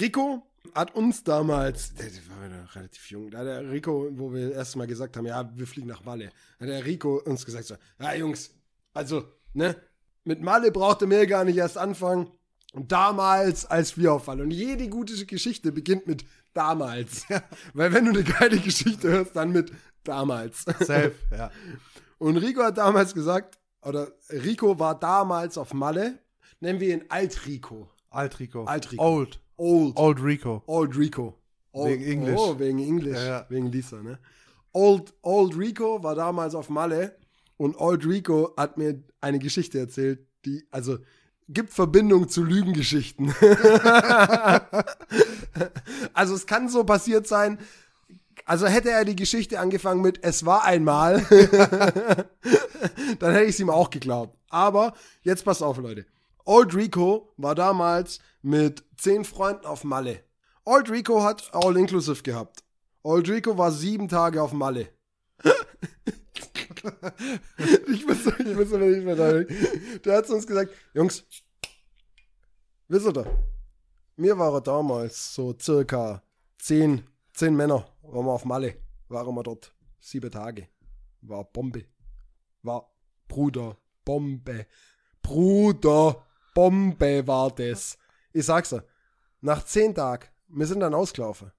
Speaker 3: Rico hat uns damals, der war ja noch relativ jung, da hat der Rico, wo wir das erste Mal gesagt haben, ja, wir fliegen nach Malle, hat der Rico uns gesagt, so, ja, Jungs, also, ne, mit Malle braucht ihr mir gar nicht erst anfangen. Und damals, als wir auf Malle. Und jede gute Geschichte beginnt mit damals. Weil wenn du eine geile Geschichte hörst, dann mit damals.
Speaker 2: Safe, ja.
Speaker 3: Und Rico hat damals gesagt, oder Rico war damals auf Malle, nennen wir ihn Alt Rico.
Speaker 2: Alt Rico.
Speaker 3: Alt Rico.
Speaker 2: Old.
Speaker 3: Old.
Speaker 2: Old Rico.
Speaker 3: Old Rico. Old,
Speaker 2: Wegen Englisch.
Speaker 3: Oh, wegen Englisch.
Speaker 2: Ja, ja.
Speaker 3: Wegen Lisa, ne? Old, Old Rico war damals auf Malle und Old Rico hat mir eine Geschichte erzählt, die, also, gibt Verbindung zu Lügengeschichten. also, es kann so passiert sein, also hätte er die Geschichte angefangen mit Es war einmal, dann hätte ich es ihm auch geglaubt. Aber jetzt pass auf, Leute. Old Rico war damals mit zehn Freunden auf Malle. Old Rico hat All-Inclusive gehabt. Old Rico war sieben Tage auf Malle. ich muss, ich muss aber nicht mehr da. Der hat zu uns gesagt, Jungs, wisst ihr, da, mir war er damals so circa zehn, zehn Männer, waren wir auf Malle, waren wir dort, sieben Tage, war Bombe, war Bruder, Bombe, Bruder, Bombe war das. Ich sag's dir, nach zehn Tagen, wir sind dann ausgelaufen,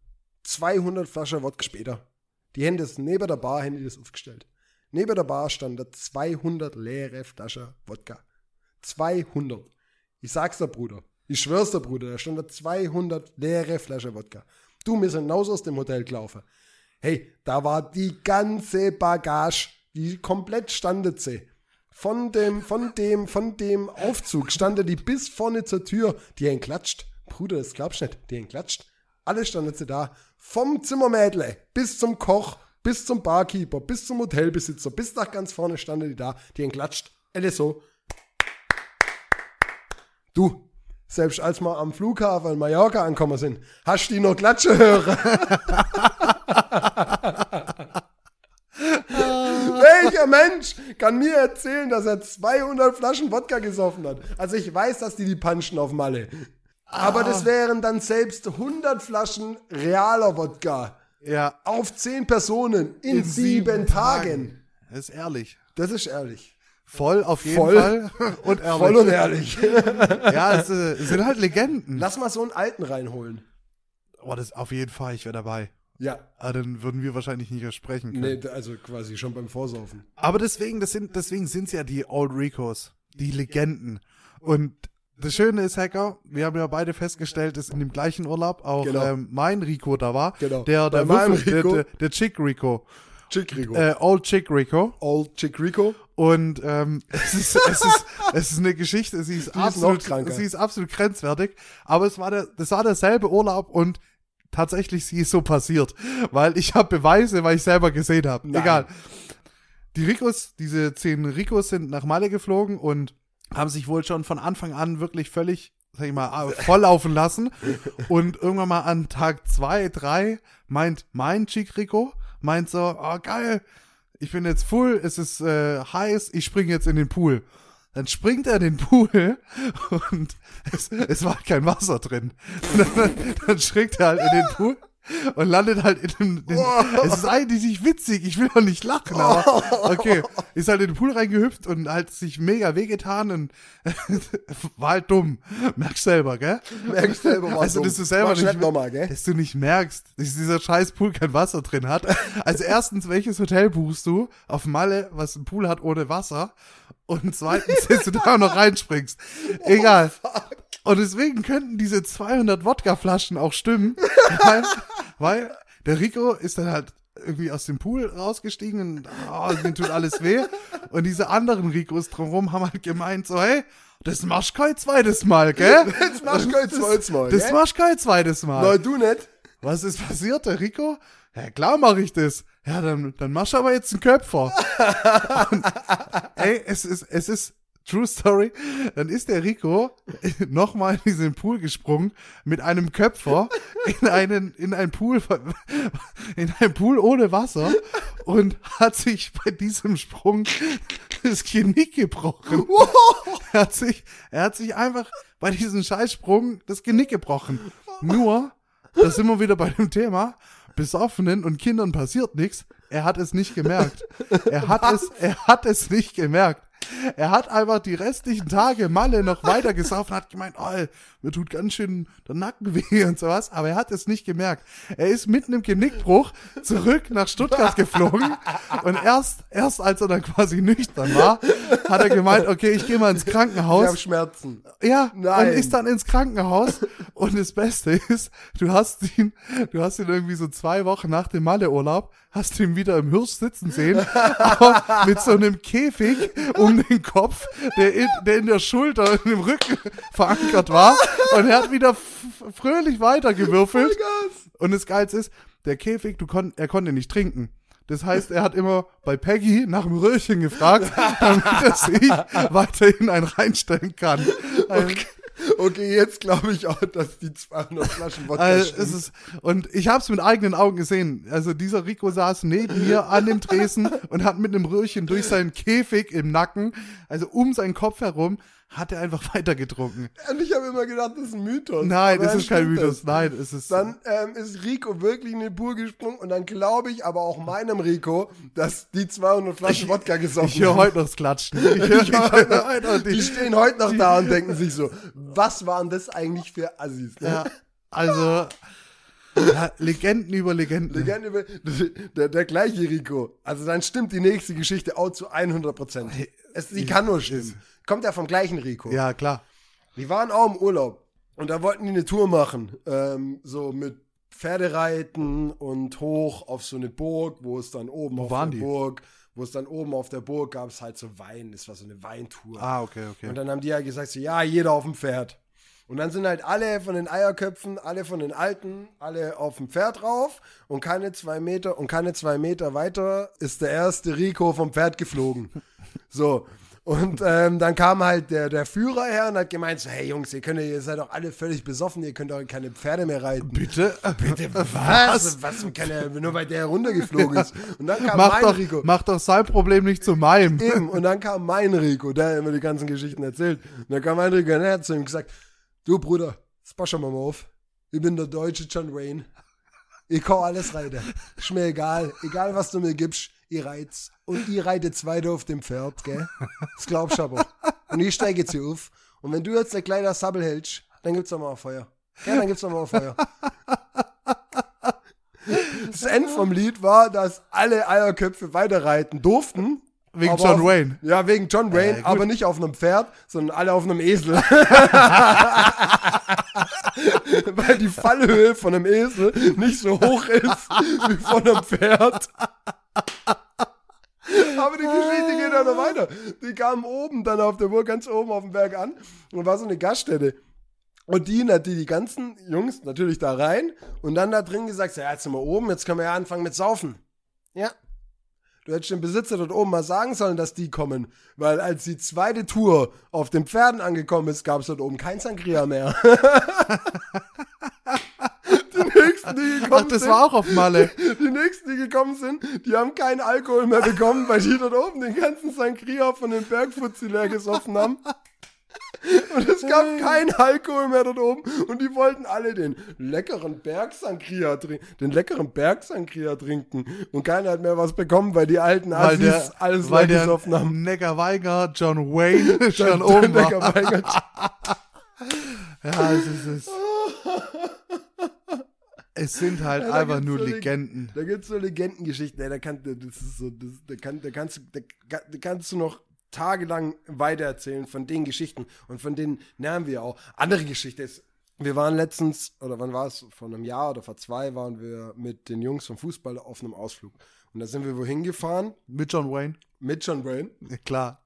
Speaker 3: 200 Flaschen Wodka später, die Hände ist neben der Bar, Handy ist aufgestellt. Neben der Bar stand da 200 leere Flaschen Wodka. 200. Ich sag's dir, Bruder. Ich schwör's dir, Bruder, da standen 200 leere Flaschen Wodka. Du, wir sind raus aus dem Hotel gelaufen. Hey, da war die ganze Bagage, die komplett standet sie. Von dem, von dem, von dem Aufzug standen die bis vorne zur Tür, die hängen klatscht. Bruder, das glaubst du nicht, die hängen klatscht. Alle standen sie da. Vom Zimmermädle bis zum Koch, bis zum Barkeeper, bis zum Hotelbesitzer, bis nach ganz vorne standen die da, die hängen klatscht. Alle so. Du, selbst als wir am Flughafen in Mallorca angekommen sind, hast du die noch Klatsche hören. Welcher Mensch kann mir erzählen, dass er 200 Flaschen Wodka gesoffen hat? Also ich weiß, dass die die punchen auf Malle. Aber
Speaker 2: Ah.
Speaker 3: das wären dann selbst 100 Flaschen realer Wodka
Speaker 2: Ja.
Speaker 3: auf 10 Personen in, sieben, Tagen.
Speaker 2: Das ist ehrlich.
Speaker 3: Das ist ehrlich.
Speaker 2: Voll auf jeden
Speaker 3: Voll.
Speaker 2: Fall. Und ehrlich.
Speaker 3: Voll und ehrlich.
Speaker 2: Ja, es äh, es sind halt Legenden.
Speaker 3: Lass mal so einen alten reinholen.
Speaker 2: Oh, das auf jeden Fall, ich wäre dabei.
Speaker 3: Ja,
Speaker 2: Aber dann würden wir wahrscheinlich nicht mehr sprechen können.
Speaker 3: nee, da- also quasi schon beim Vorsaufen.
Speaker 2: Aber deswegen, das sind, deswegen sind's ja die Old Ricos, die Legenden. Und das Schöne ist, Hacker, wir haben ja beide festgestellt, dass in dem gleichen Urlaub auch
Speaker 3: Genau.
Speaker 2: ähm, mein Rico da war.
Speaker 3: Genau.
Speaker 2: Der, der,
Speaker 3: Bei meinem
Speaker 2: Würfel-
Speaker 3: Rico.
Speaker 2: der, der, der Chick Rico.
Speaker 3: Chick Rico.
Speaker 2: Äh, Old Chick Rico.
Speaker 3: Old Chick Rico.
Speaker 2: Und ähm, es, ist, es, ist, es ist eine Geschichte, sie ist,
Speaker 3: noch
Speaker 2: absolut,
Speaker 3: kranker.
Speaker 2: sie ist absolut grenzwertig. Aber es war der, das war derselbe Urlaub und tatsächlich sie ist so passiert, weil ich habe Beweise, weil ich selber gesehen habe.
Speaker 3: Nein.
Speaker 2: Egal. Die Ricos, diese zehn Ricos sind nach Malle geflogen und haben sich wohl schon von Anfang an wirklich völlig, sag ich mal, volllaufen lassen. Und irgendwann mal an Tag zwei, drei meint mein Chick Rico, meint so, oh geil, ich bin jetzt full, es ist äh, heiß, ich springe jetzt in den Pool. Dann springt er in den Pool und es, es war halt kein Wasser drin. Und dann, dann springt er halt in den Pool und landet halt in dem. In, es ist eigentlich nicht witzig, ich will doch nicht lachen, aber okay. Ist halt in den Pool reingehüpft und halt sich mega wehgetan und war halt dumm. Merkst selber, gell?
Speaker 3: Merkst selber, war
Speaker 2: Also,
Speaker 3: dumm.
Speaker 2: dass du selber
Speaker 3: Mach's
Speaker 2: nicht,
Speaker 3: nicht nochmal, gell?
Speaker 2: dass du nicht merkst, dass dieser scheiß Pool kein Wasser drin hat. Also erstens, welches Hotel buchst du auf Malle, was einen Pool hat ohne Wasser? Und zweitens, dass du da auch noch reinspringst.
Speaker 3: Oh,
Speaker 2: Egal. Und deswegen könnten diese 200 Wodkaflaschen auch stimmen, weil, weil der Rico ist dann halt irgendwie aus dem Pool rausgestiegen und oh, mir tut alles weh. Und diese anderen Ricos drumherum haben halt gemeint so, hey, das machst du kein zweites Mal, gell?
Speaker 3: Das machst du kein zweites Mal,
Speaker 2: Das
Speaker 3: gell?
Speaker 2: machst du kein zweites Mal.
Speaker 3: Nein, du nicht.
Speaker 2: Was ist passiert, der Rico? Ja, klar mache ich das. Ja, dann, dann machst du aber jetzt einen Köpfer. Und, ey, es ist, es ist True Story. Dann ist der Rico nochmal in diesen Pool gesprungen mit einem Köpfer in einen, in einen Pool, in einen Pool ohne Wasser und hat sich bei diesem Sprung das Genick gebrochen. Er hat sich, er hat sich einfach bei diesem Scheißsprung das Genick gebrochen. Nur, da sind wir wieder bei dem Thema. Besoffenen und Kindern passiert nichts. Er hat es nicht gemerkt. Er hat es, er hat es nicht gemerkt. Er hat einfach die restlichen Tage Malle noch weiter gesoffen, hat gemeint, oh, mir tut ganz schön der Nacken weh und sowas, aber er hat es nicht gemerkt. Er ist mit einem Genickbruch zurück nach Stuttgart geflogen und erst, erst als er dann quasi nüchtern war, hat er gemeint, okay, ich gehe mal ins
Speaker 3: Ich hab
Speaker 2: Krankenhaus.
Speaker 3: Schmerzen.
Speaker 2: Ja,
Speaker 3: Nein.
Speaker 2: und ist dann ins Krankenhaus. und das Beste ist, du hast ihn, du hast ihn irgendwie so zwei Wochen nach dem Malleurlaub, hast ihn wieder im Hirsch sitzen sehen, aber mit so einem Käfig um den Kopf, der in, der in der Schulter, in dem Rücken verankert war. Und er hat wieder f- fröhlich weitergewürfelt. Und das Geilste ist, der Käfig, du kon er konnte nicht trinken. Das heißt, er hat immer bei Peggy nach dem Röhrchen gefragt, damit er sich weiterhin einen reinstellen kann. Also,
Speaker 3: Okay, jetzt glaube ich auch, dass die 200 Flaschen Wodka
Speaker 2: also,
Speaker 3: stimmen.
Speaker 2: es ist, und ich habe es mit eigenen Augen gesehen. Also dieser Rico saß neben mir an dem Tresen und hat mit einem Röhrchen durch seinen Käfig im Nacken, also um seinen Kopf herum, hat er einfach weitergetrunken.
Speaker 3: Und ich habe immer gedacht, das ist ein Mythos.
Speaker 2: Nein,
Speaker 3: Aber
Speaker 2: es
Speaker 3: dann
Speaker 2: ist kein
Speaker 3: stimmt
Speaker 2: Mythos.
Speaker 3: das.
Speaker 2: Nein, es ist.
Speaker 3: Dann ähm, ist Rico wirklich in den Pool gesprungen und dann glaube ich aber auch meinem Rico, dass die 200 Flaschen Wodka gesoffen
Speaker 2: ich höre
Speaker 3: haben.
Speaker 2: heute noch das Klatschen. Ich höre heute noch
Speaker 3: Die stehen heute noch da und denken sich so, was waren das eigentlich für Assis? Ne?
Speaker 2: Ja, also ja, Legenden über Legenden.
Speaker 3: Legende über, der, der gleiche Rico. Also dann stimmt die nächste Geschichte auch zu 100 Prozent. Es, die kann nur stimmen. Kommt ja vom gleichen Rico.
Speaker 2: Ja, klar.
Speaker 3: Wir waren auch im Urlaub. Und da wollten die eine Tour machen, ähm, so mit Pferdereiten und hoch auf so eine Burg, wo es dann oben
Speaker 2: Wo
Speaker 3: auf
Speaker 2: waren
Speaker 3: der
Speaker 2: die?
Speaker 3: Burg, wo es dann oben auf der Burg gab es halt so Wein, das war so eine Weintour.
Speaker 2: Ah, okay, okay.
Speaker 3: Und dann haben die ja gesagt, so, ja, jeder auf dem Pferd. Und dann sind halt alle von den Eierköpfen, alle von den Alten, alle auf dem Pferd rauf und keine zwei Meter und keine zwei Meter weiter ist der erste Rico vom Pferd geflogen. So. Und ähm, dann kam halt der, der Führer her und hat gemeint, so, hey Jungs, ihr, könnt, ja- ihr seid doch alle völlig besoffen, ihr könnt doch keine Pferde mehr reiten.
Speaker 2: Bitte?
Speaker 3: Bitte, was? Was? Keine, nur weil der runtergeflogen ist. Und dann kam
Speaker 2: Mach
Speaker 3: mein
Speaker 2: doch,
Speaker 3: Rico.
Speaker 2: mach doch sein Problem nicht zu meinem.
Speaker 3: Eben, und dann kam mein Rico, der immer die ganzen Geschichten erzählt. Und dann kam mein Rico und er hat zu ihm gesagt, du Bruder, jetzt pass schon mal auf. Ich bin der deutsche John Wayne. Ich kann alles reiten. Ist mir egal. Egal, was du mir gibst, ich reit's. Und ich reite zweite auf dem Pferd, gell? Das glaubst du aber. Und ich steige jetzt hier auf. Und wenn du jetzt der kleine Sabbel hältst, dann gibt's doch mal ein Feuer. Ja, dann gibt's doch mal ein Feuer. Das Ende vom Lied war, dass alle Eierköpfe weiterreiten durften.
Speaker 2: Wegen
Speaker 3: aber
Speaker 2: John
Speaker 3: auf,
Speaker 2: Wayne. Äh,
Speaker 3: Ja, wegen John Wayne,
Speaker 2: gut.
Speaker 3: aber nicht auf einem Pferd, sondern alle auf einem Esel. Weil die Fallhöhe von einem Esel nicht so hoch ist wie von einem Pferd. Aber die Geschichte geht auch noch weiter. Die kamen oben dann auf der Burg, ganz oben auf dem Berg an und war so eine Gaststätte. Und die, na, die, die ganzen Jungs natürlich da rein und dann da drin gesagt, so, ja, jetzt sind wir oben, jetzt können wir ja anfangen mit Saufen. Ja. Du hättest dem Besitzer dort oben mal sagen sollen, dass die kommen. Weil als die zweite Tour auf den Pferden angekommen ist, gab es dort oben kein Sangria mehr. die nächsten, die gekommen
Speaker 2: Ach, das
Speaker 3: sind,
Speaker 2: war auch auf Malle.
Speaker 3: die nächsten, die gekommen sind, die haben keinen Alkohol mehr bekommen, weil die dort oben den ganzen Sangria von den Bergfuzzi leer gesoffen haben. Und es gab keinen Alkohol mehr dort oben. Und die wollten alle den leckeren Bergsangria trinken, den leckeren Bergsangria trinken. Und keiner hat mehr was bekommen, weil die alten
Speaker 2: Weil
Speaker 3: Assis
Speaker 2: der,
Speaker 3: alles leer
Speaker 2: weil der
Speaker 3: gesoffen haben.
Speaker 2: Neckarweiger John Wayne schon oben war.
Speaker 3: Oben
Speaker 2: Ja, es ist es. Es sind halt
Speaker 3: Ja, da
Speaker 2: einfach
Speaker 3: gibt's
Speaker 2: nur
Speaker 3: so eine-
Speaker 2: Legenden.
Speaker 3: Da gibt's so Legendengeschichten, ey, da, kann, das ist so, das, da, kann, da, kannst, du- da, da kannst du noch tagelang weitererzählen von den Geschichten und von denen lernen wir auch. Andere Geschichte ist, wir waren letztens, oder wann war es, vor einem Jahr oder vor zwei, waren wir mit den Jungs vom Fußball auf einem Ausflug. Und da sind wir wohin gefahren?
Speaker 2: Mit John Wayne?
Speaker 3: Mit John Wayne.
Speaker 2: Ja, klar.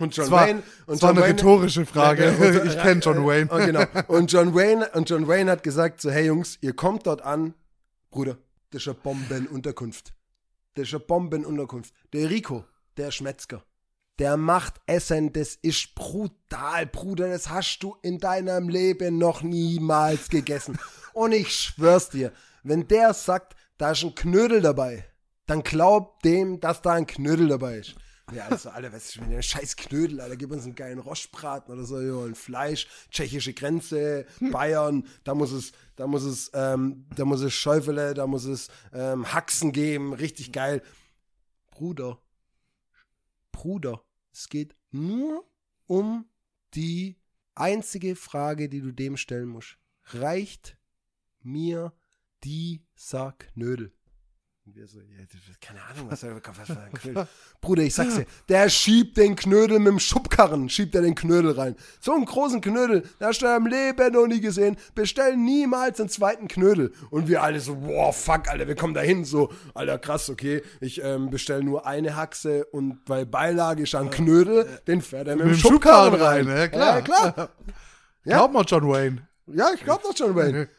Speaker 3: Und John
Speaker 2: Es war,
Speaker 3: Wayne. Und
Speaker 2: es war
Speaker 3: John
Speaker 2: eine
Speaker 3: Wayne-
Speaker 2: rhetorische Frage.
Speaker 3: Ja,
Speaker 2: Ich kenne John Wayne.
Speaker 3: Oh, genau. Und John Wayne und John Wayne hat gesagt so, hey Jungs, ihr kommt dort an, Bruder, das ist eine Bombenunterkunft. Das ist eine Bombenunterkunft. Der Rico, der Schmetzger, der macht Essen, das ist brutal, Bruder, das hast du in deinem Leben noch niemals gegessen. Und ich schwör's dir, wenn der sagt, da ist ein Knödel dabei, dann glaub dem, dass da ein Knödel dabei ist. Ja, also alle, was ist mit dem scheiß Knödel, Alter, gib uns einen geilen Rostbraten oder so, wir wollen Fleisch, tschechische Grenze, Bayern, da muss es, da muss es, ähm, da muss es Schäufele, da muss es ähm, Haxen geben, richtig geil. Bruder, Bruder, es geht nur um die einzige Frage, die du dem stellen musst. Reicht mir dieser Knödel? Und wir so, ja, das ist keine Ahnung, was soll was für ein Knödel? Bruder, ich sag's dir, der schiebt den Knödel mit dem Schubkarren, schiebt er den Knödel rein. So einen großen Knödel, da hast du im Leben noch nie gesehen. Bestell niemals einen zweiten Knödel. Und wir alle so, wow, fuck, Alter, wir kommen da hin. So, Alter, krass, okay, ich ähm, bestell nur eine Haxe und bei Beilage ist ein Knödel, den fährt er mit,
Speaker 2: Mit
Speaker 3: dem
Speaker 2: dem
Speaker 3: Schubkarren,
Speaker 2: Schubkarren
Speaker 3: rein.
Speaker 2: rein, ja, klar.
Speaker 3: Ja, klar.
Speaker 2: Glaub mal John Wayne.
Speaker 3: ja ich glaub doch schon, Wayne.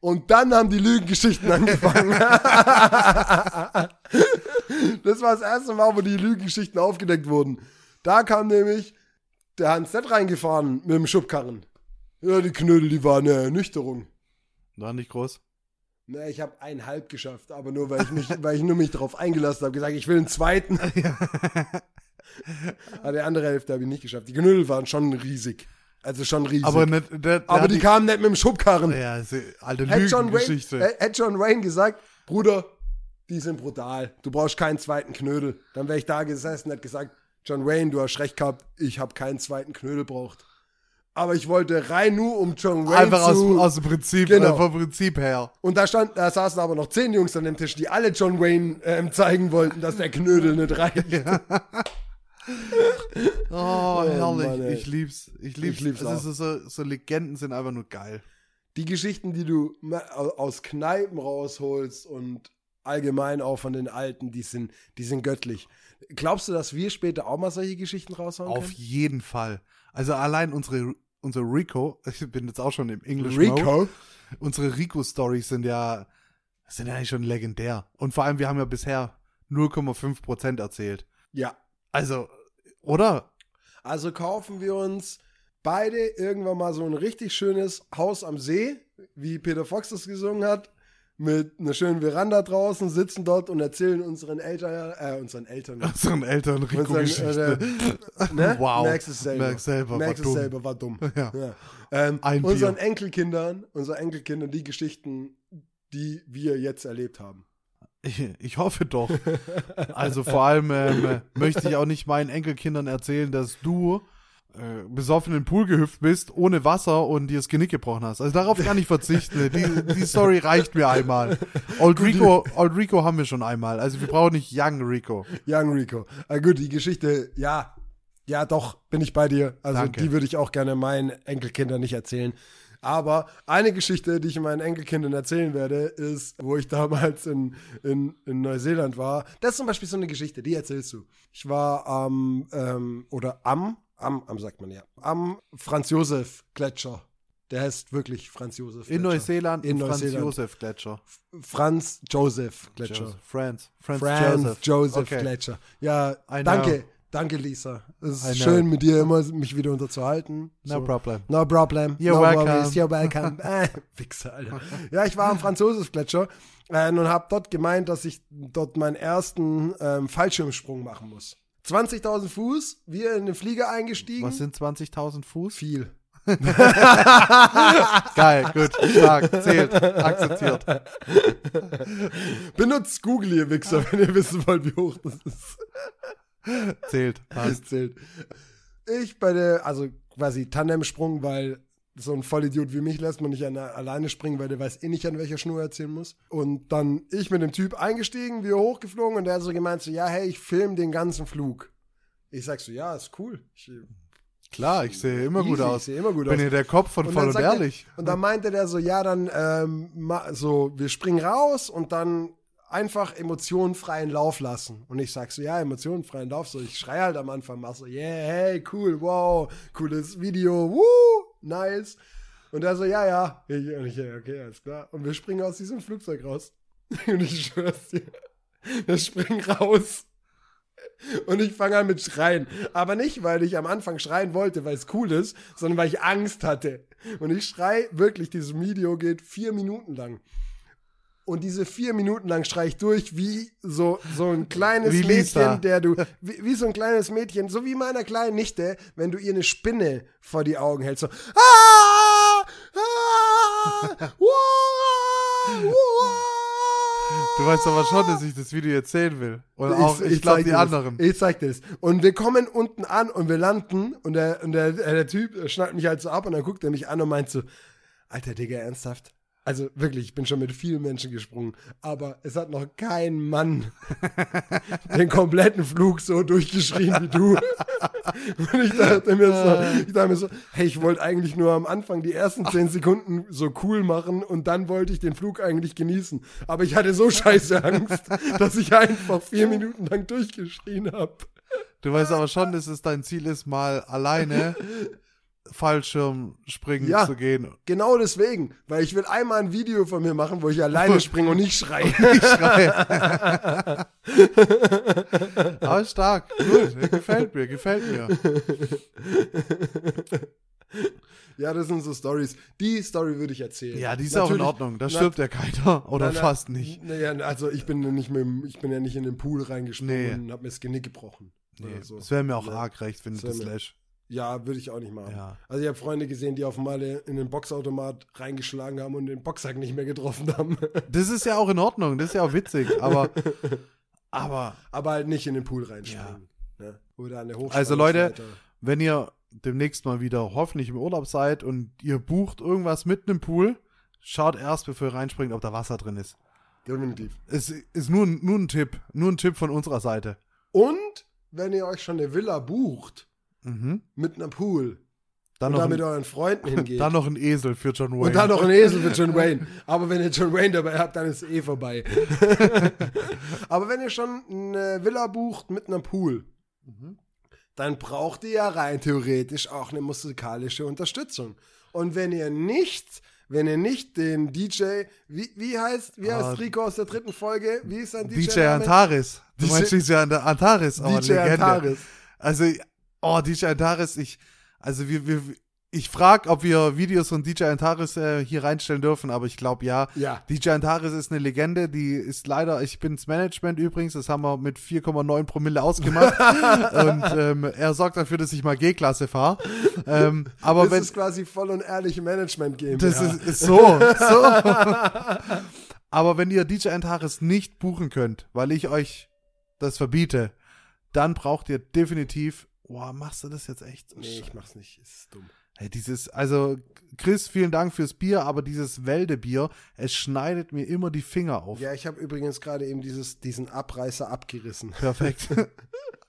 Speaker 3: Und dann haben die Lügengeschichten angefangen. das war das erste Mal, wo die Lügengeschichten aufgedeckt wurden. Da kam nämlich der Hans Z reingefahren mit dem Schubkarren. Ja, die Knödel, die war eine Ernüchterung.
Speaker 2: War nicht groß.
Speaker 3: Na, ich habe einen halb geschafft, aber nur weil ich mich, weil ich nur mich drauf eingelassen habe, gesagt, ich will einen zweiten. aber die andere Hälfte habe ich nicht geschafft. Die Knödel waren schon riesig. Also schon riesig.
Speaker 2: Aber, nicht, der, der
Speaker 3: aber
Speaker 2: hat
Speaker 3: die kamen nicht mit dem Schubkarren.
Speaker 2: Ja, diese alte
Speaker 3: Hätte John, Wayne,
Speaker 2: Lügengeschichte.
Speaker 3: hätte John Wayne gesagt, Bruder, die sind brutal. Du brauchst keinen zweiten Knödel. Dann wäre ich da gesessen und hätte gesagt, John Wayne, du hast recht gehabt, ich habe keinen zweiten Knödel braucht. Aber ich wollte rein nur um John Wayne
Speaker 2: Einfach aus,
Speaker 3: zu...
Speaker 2: aus dem Prinzip,
Speaker 3: Genau.
Speaker 2: äh, vom Prinzip her.
Speaker 3: und da stand, da saßen aber noch zehn Jungs an dem Tisch, die alle John Wayne ähm, zeigen wollten, dass der Knödel nicht reicht.
Speaker 2: Oh, herrlich.
Speaker 3: Mann, ey.
Speaker 2: ich lieb's. Ich lieb's.
Speaker 3: Ich lieb's
Speaker 2: es ist so, so Legenden sind einfach nur geil.
Speaker 3: Die Geschichten, die du ma- au- aus Kneipen rausholst und allgemein auch von den Alten, die sind, die sind göttlich. Glaubst du, dass wir später auch mal solche Geschichten raushauen
Speaker 2: Auf
Speaker 3: können?
Speaker 2: jeden Fall. Also allein unsere, unsere Rico, ich bin jetzt auch schon im English Mode.
Speaker 3: Rico?
Speaker 2: Unsere Rico-Stories sind ja, sind ja eigentlich schon legendär. Und vor allem, wir haben ja bisher 0,5% erzählt.
Speaker 3: Ja.
Speaker 2: Also, oder?
Speaker 3: Also kaufen wir uns beide irgendwann mal so ein richtig schönes Haus am See, wie Peter Fox das gesungen hat, mit einer schönen Veranda draußen, sitzen dort und erzählen unseren Eltern, äh, unseren Eltern.
Speaker 2: Unseren Eltern Rico-Geschichte.
Speaker 3: äh, ne?
Speaker 2: Wow.
Speaker 3: Merkst es selber.
Speaker 2: Merkst selber,
Speaker 3: Merkst
Speaker 2: war
Speaker 3: es
Speaker 2: dumm.
Speaker 3: selber, war dumm.
Speaker 2: Ja.
Speaker 3: Ja. Ähm,
Speaker 2: Ein Bier.
Speaker 3: unseren Enkelkindern, unseren Enkelkindern die Geschichten, die wir jetzt erlebt haben.
Speaker 2: Ich, ich hoffe doch. Also vor allem ähm, äh, möchte ich auch nicht meinen Enkelkindern erzählen, dass du äh, besoffen in den Pool gehüpft bist, ohne Wasser und dir das Genick gebrochen hast. Also darauf kann ich verzichten. Die, die Story reicht mir einmal. Old Rico, Old Rico haben wir schon einmal. Also wir brauchen nicht Young Rico.
Speaker 3: Young Rico. Ah, gut, die Geschichte, ja, ja, doch, bin ich bei dir. Also
Speaker 2: Danke.
Speaker 3: die würde ich auch gerne meinen Enkelkindern nicht erzählen. Aber eine Geschichte, die ich meinen Enkelkindern erzählen werde, ist, wo ich damals in, in, in Neuseeland war. Das ist zum Beispiel so eine Geschichte, die erzählst du. Ich war am, ähm, oder am, am, am sagt man ja, am Franz-Josef-Gletscher. Der heißt wirklich Franz-Josef.
Speaker 2: In Neuseeland,
Speaker 3: In
Speaker 2: in Franz
Speaker 3: Neuseeland.
Speaker 2: Josef Gletscher.
Speaker 3: Franz-Josef-Gletscher.
Speaker 2: Joseph. Franz. Franz,
Speaker 3: Franz Joseph,
Speaker 2: Joseph. Okay.
Speaker 3: Gletscher. Ja,
Speaker 2: I know.
Speaker 3: danke. Danke, Lisa.
Speaker 2: I
Speaker 3: Es
Speaker 2: know.
Speaker 3: ist schön, mit dir immer mich wieder unterzuhalten.
Speaker 2: No problem.
Speaker 3: No problem.
Speaker 2: You're
Speaker 3: no
Speaker 2: welcome.
Speaker 3: Worries. You're welcome. äh, Wichser, Alter. Ja, ich war am Franz-Josef-Gletscher äh, und habe dort gemeint, dass ich dort meinen ersten ähm, Fallschirmsprung machen muss. 20.000 Fuß, wir in den Flieger eingestiegen.
Speaker 2: Was sind 20.000 Fuß?
Speaker 3: Viel.
Speaker 2: Geil, gut, stark, zählt, akzeptiert.
Speaker 3: Benutzt Google, ihr Wichser, wenn ihr wissen wollt, wie hoch das ist.
Speaker 2: Zählt. passt.
Speaker 3: Das zählt. Ich bei der, also quasi Tandemsprung, weil so ein Vollidiot wie mich lässt man nicht an, alleine springen, weil der weiß eh nicht, an welcher Schnur er ziehen muss. Und dann ich mit dem Typ eingestiegen, wir hochgeflogen und der hat so gemeint, so, ja, hey, ich film den ganzen Flug. Ich sag so, ja, ist cool. Ich,
Speaker 2: Klar, ich sehe immer
Speaker 3: easy,
Speaker 2: gut
Speaker 3: Ich
Speaker 2: aus.
Speaker 3: sehe immer gut aus.
Speaker 2: Bin ja der Kopf von voll
Speaker 3: dann
Speaker 2: und
Speaker 3: sagt er-
Speaker 2: ehrlich.
Speaker 3: und dann meinte der so, ja, dann ähm, ma- so, wir springen raus und dann einfach emotionenfreien Lauf lassen. Und ich sag so, ja, emotionenfreien Lauf. So, ich schreie halt am Anfang, mach so, yeah, hey, cool, wow, cooles Video, woo, nice. Und er so, ja, ja. Ich, und ich, ja, okay, alles klar. Und wir springen aus diesem Flugzeug raus. Und ich schwör's dir, wir springen raus. Und ich fange an mit Schreien. Aber nicht, weil ich am Anfang schreien wollte, weil es cool ist, sondern weil ich Angst hatte. Und ich schrei wirklich, dieses Video geht vier Minuten lang. Und diese vier Minuten lang schrei ich durch wie so, so ein kleines
Speaker 2: Wie Lisa.
Speaker 3: Mädchen, der du, wie, wie so ein kleines Mädchen, so wie meiner kleinen Nichte, wenn du ihr eine Spinne vor die Augen hältst, so, ah, ah, uah, uah.
Speaker 2: Du weißt aber schon, dass ich das Video jetzt sehen will. Und auch, ich, glaube,
Speaker 3: zeig
Speaker 2: die
Speaker 3: dir das.
Speaker 2: anderen.
Speaker 3: Ich zeig dir das. Und wir kommen unten an und wir landen und der, und der, der Typ schnallt mich halt so ab und dann guckt er mich an und meint so, alter Digga, ernsthaft? Also wirklich, ich bin schon mit vielen Menschen gesprungen, aber es hat noch kein Mann den kompletten Flug so durchgeschrien wie du. Und ich dachte mir
Speaker 2: Ah.
Speaker 3: so, ich dachte mir so hey, ich wollte eigentlich nur am Anfang die ersten zehn Sekunden so cool machen und dann wollte ich den Flug eigentlich genießen. Aber ich hatte so scheiße Angst, dass ich einfach vier Minuten lang durchgeschrien habe.
Speaker 2: Du weißt aber schon, dass es dein Ziel ist, mal alleine Fallschirm springen
Speaker 3: Ja.
Speaker 2: zu gehen.
Speaker 3: Genau deswegen, weil ich will einmal ein Video von mir machen, wo ich alleine springe und nicht schreie.
Speaker 2: Aber stark, gut, gefällt mir, gefällt mir.
Speaker 3: Ja, das sind so Stories. Die Story würde ich erzählen.
Speaker 2: Ja, die ist auch in
Speaker 3: Natürlich-
Speaker 2: Ordnung. Da
Speaker 3: na-
Speaker 2: stirbt ja keiner. Oder
Speaker 3: na-
Speaker 2: fast nicht.
Speaker 3: Naja, also ich bin ja nicht mit, dem- ich bin ja nicht in den Pool reingesprungen
Speaker 2: Nee.
Speaker 3: und habe mir das Genick gebrochen.
Speaker 2: Nee,
Speaker 3: oder so.
Speaker 2: Das wäre mir auch
Speaker 3: Ja.
Speaker 2: arg recht, wenn du
Speaker 3: Das wär
Speaker 2: das
Speaker 3: mir-
Speaker 2: lässt.
Speaker 3: Ja, würde ich auch nicht machen.
Speaker 2: Ja.
Speaker 3: Also ich habe Freunde gesehen, die auf Male in den Boxautomat reingeschlagen haben und den Boxsack nicht mehr getroffen haben.
Speaker 2: Das ist ja auch in Ordnung, das ist ja auch witzig, aber. Aber
Speaker 3: Aber halt nicht in den Pool reinspringen. Ne? Oder an der Hochschule.
Speaker 2: Also, Leute, wenn ihr demnächst mal wieder hoffentlich im Urlaub seid und ihr bucht irgendwas mitten im Pool, schaut erst, bevor ihr reinspringt, ob da Wasser drin ist.
Speaker 3: Definitiv.
Speaker 2: Es ist nur, ein- nur ein Tipp. Nur ein Tipp von unserer Seite.
Speaker 3: Und wenn ihr euch schon eine Villa bucht
Speaker 2: Mhm.
Speaker 3: mit einem Pool
Speaker 2: Dann,
Speaker 3: und
Speaker 2: noch
Speaker 3: da mit
Speaker 2: ein,
Speaker 3: euren Freunden hingeht.
Speaker 2: dann noch ein Esel für John Wayne.
Speaker 3: und dann noch ein Esel für John Wayne. Aber wenn ihr John Wayne dabei habt, dann ist eh vorbei. Aber wenn ihr schon eine Villa bucht mit einem Pool,
Speaker 2: Mhm.
Speaker 3: dann braucht ihr ja rein theoretisch auch eine musikalische Unterstützung. Und wenn ihr nicht, wenn ihr nicht den DJ, wie, wie heißt, wie
Speaker 2: Ah.
Speaker 3: heißt Rico aus der dritten Folge? Wie ist sein DJ?
Speaker 2: DJ Antares. Du
Speaker 3: DJ
Speaker 2: meinst DJ Ant- Antares, aber
Speaker 3: DJ
Speaker 2: Legende.
Speaker 3: Antares.
Speaker 2: Also, oh, DJ Antares, ich, also wir, wir ich frage, ob wir Videos von DJ Antares äh, hier reinstellen dürfen, aber ich glaube ja.
Speaker 3: Ja.
Speaker 2: DJ Antares ist eine Legende, die ist leider, ich bin ins Management übrigens, das haben wir mit 4,9 Promille ausgemacht. und ähm, er sorgt dafür, dass ich mal G-Klasse fahre. Ähm, aber
Speaker 3: Das
Speaker 2: wenn,
Speaker 3: ist quasi voll und ehrlich Management geben.
Speaker 2: das ist, ist so, so. Aber wenn ihr DJ Antares nicht buchen könnt, weil ich euch das verbiete, dann braucht ihr definitiv. Boah, machst du das jetzt echt?
Speaker 3: Nee, ich mach's nicht. Es ist dumm.
Speaker 2: Hey, dieses, also Chris, vielen Dank fürs Bier, aber dieses Weldebier, es schneidet mir immer die Finger auf.
Speaker 3: Ja, ich habe übrigens gerade eben dieses, diesen Abreißer abgerissen.
Speaker 2: Perfekt.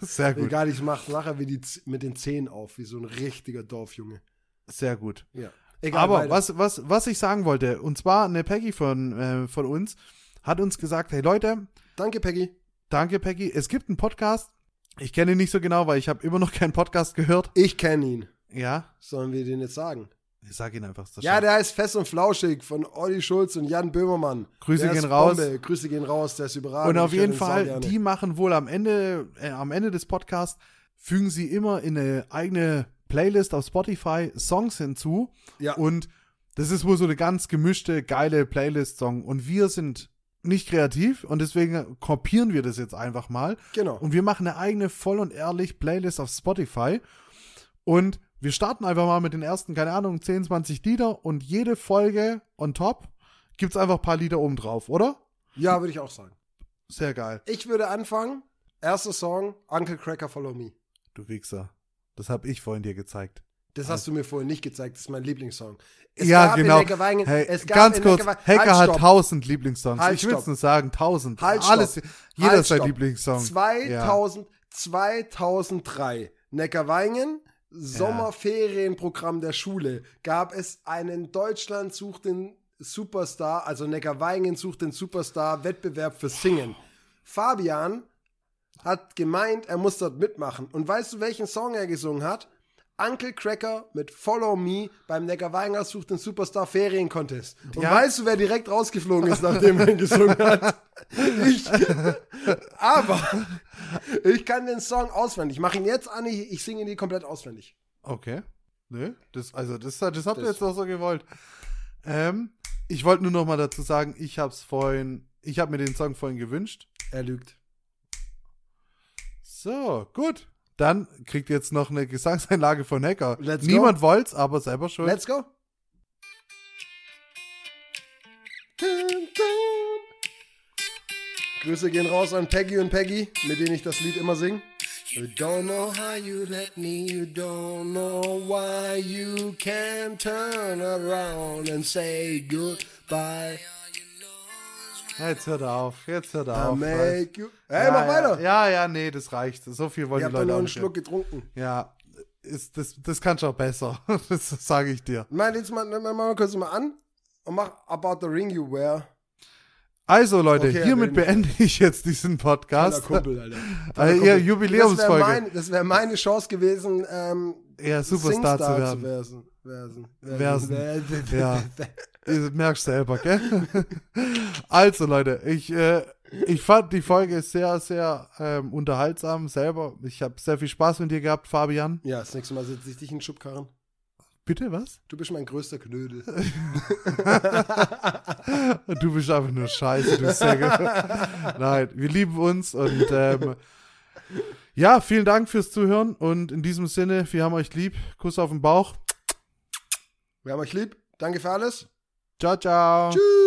Speaker 2: sehr gut,
Speaker 3: Egal, ich mach's nachher wie die, Z- mit den Zehen auf, wie so ein richtiger Dorfjunge.
Speaker 2: sehr gut.
Speaker 3: Ja. Egal,
Speaker 2: Aber
Speaker 3: weiter.
Speaker 2: was, was, was ich sagen wollte, und zwar eine Peggy von, äh, von uns hat uns gesagt, hey Leute,
Speaker 3: Danke, Peggy.
Speaker 2: Danke, Peggy. Es gibt einen Podcast. Ich kenne ihn nicht so genau, weil ich habe immer noch keinen Podcast gehört.
Speaker 3: Ich kenne ihn.
Speaker 2: Ja,
Speaker 3: Sollen wir den jetzt sagen?
Speaker 2: ich sag ihn einfach. ist das
Speaker 3: Ja,
Speaker 2: schön.
Speaker 3: der heißt Fest und Flauschig von Olli Schulz und Jan Böhmermann.
Speaker 2: Grüße
Speaker 3: der
Speaker 2: gehen
Speaker 3: ist
Speaker 2: raus.
Speaker 3: Bombe. Grüße gehen raus, der ist überragend.
Speaker 2: Und auf
Speaker 3: Ich höre
Speaker 2: jeden
Speaker 3: den sau
Speaker 2: Fall,
Speaker 3: gerne.
Speaker 2: die machen wohl am Ende, äh, am Ende des Podcasts, fügen sie immer in eine eigene Playlist auf Spotify Songs hinzu.
Speaker 3: Ja.
Speaker 2: Und das ist wohl so eine ganz gemischte, geile Playlist-Song. Und wir sind nicht kreativ und deswegen kopieren wir das jetzt einfach mal.
Speaker 3: Genau.
Speaker 2: Und wir machen eine eigene voll und ehrlich Playlist auf Spotify. Und wir starten einfach mal mit den ersten, keine Ahnung, 10, 20 Lieder und jede Folge on top gibt's einfach ein paar Lieder oben drauf, oder?
Speaker 3: Ja, würde ich auch sagen.
Speaker 2: Sehr geil.
Speaker 3: Ich würde anfangen. Erster Song, Uncle Cracker Follow Me.
Speaker 2: Du Wichser. Das habe ich vorhin dir gezeigt.
Speaker 3: Das hast du mir vorhin nicht gezeigt, das ist mein Lieblingssong. Es
Speaker 2: Also- ja,
Speaker 3: gab in
Speaker 2: genau.
Speaker 3: Neckarweingen-
Speaker 2: Hey,
Speaker 3: es gab
Speaker 2: ganz
Speaker 3: in
Speaker 2: kurz,
Speaker 3: Neckarweingen-
Speaker 2: Hacker
Speaker 3: halt,
Speaker 2: hat
Speaker 3: stopp.
Speaker 2: 1000 Lieblingssongs.
Speaker 3: Halt,
Speaker 2: ich will es
Speaker 3: stopp.
Speaker 2: nur sagen, 1000.
Speaker 3: Halt,
Speaker 2: Alles,
Speaker 3: stopp.
Speaker 2: jeder
Speaker 3: Halt,
Speaker 2: hat seinen
Speaker 3: stopp.
Speaker 2: Lieblingssong.
Speaker 3: 2000, 2003, Neckarweingen, Sommerferienprogramm der Schule, gab es einen Deutschland sucht den Superstar, also Neckarweingen sucht den Superstar Wettbewerb für Singen. Fabian hat gemeint, er muss dort mitmachen. Und weißt du, welchen Song er gesungen hat? Uncle Cracker mit Follow Me beim Neckarweinger sucht den Superstar Ferien Contest. Und
Speaker 2: Ja.
Speaker 3: weißt du, wer direkt rausgeflogen ist, nachdem er ihn gesungen hat? Ich. Aber ich kann den Song auswendig. Ich mache ihn jetzt an, ich, ich singe ihn dir komplett auswendig.
Speaker 2: Ja. Okay. Nö, das, also das, das habt ihr
Speaker 3: Das-
Speaker 2: jetzt auch so gewollt. Ähm, ich wollte nur noch mal dazu sagen, ich hab's vorhin, ich habe mir den Song vorhin gewünscht.
Speaker 3: Er lügt.
Speaker 2: So, gut. Dann kriegt ihr jetzt noch eine Gesangseinlage von Hacker.
Speaker 3: Let's go.
Speaker 2: Niemand wollt's, aber selber schuld.
Speaker 3: Let's go. Dun, dun. Grüße gehen raus an Peggy und Peggy, mit denen ich das Lied immer singe. You don't know how you let me, you don't know why you can't turn around and say goodbye.
Speaker 2: Jetzt hört auf, jetzt hört
Speaker 3: I
Speaker 2: auf.
Speaker 3: make you. Hey,
Speaker 2: ja,
Speaker 3: mach weiter!
Speaker 2: Ja, ja, ja, nee, das reicht. So viel wollen
Speaker 3: Ihr
Speaker 2: die
Speaker 3: habt doch
Speaker 2: Leute
Speaker 3: nur
Speaker 2: auch
Speaker 3: einen
Speaker 2: nicht. hören.
Speaker 3: Schluck getrunken.
Speaker 2: Ja, ist, das, das kannst du auch besser. Das sage ich dir.
Speaker 3: Nein, jetzt mal, mal, mal, mal kurz mal an und mach About the Ring You Wear.
Speaker 2: Also, Leute,
Speaker 3: Okay,
Speaker 2: hiermit
Speaker 3: reden.
Speaker 2: beende ich jetzt diesen
Speaker 3: Alter
Speaker 2: Podcast.
Speaker 3: Kumpel, Alter.
Speaker 2: Äh, ihr
Speaker 3: Das wäre
Speaker 2: Jubiläumsfolge.
Speaker 3: mein, das wär meine Chance gewesen, ähm,
Speaker 2: ja, Superstar zu
Speaker 3: Singstar
Speaker 2: werden.
Speaker 3: Versen, versen,
Speaker 2: Versen.
Speaker 3: versen.
Speaker 2: Ja. Ihr merkst selber, gell? also, Leute, ich, äh, ich fand die Folge sehr, sehr ähm, unterhaltsam selber. Ich habe sehr viel Spaß mit dir gehabt, Fabian.
Speaker 3: Ja, das nächste Mal setze ich dich in den Schubkarren.
Speaker 2: Bitte was?
Speaker 3: Du bist mein größter Knödel.
Speaker 2: Du bist einfach nur scheiße, du Säge. Nein, wir lieben uns und ähm, ja, vielen Dank fürs Zuhören und in diesem Sinne, wir haben euch lieb. Kuss auf den Bauch.
Speaker 3: Wir haben euch lieb. Danke für alles.
Speaker 2: Ciao, ciao.
Speaker 3: Tschüss.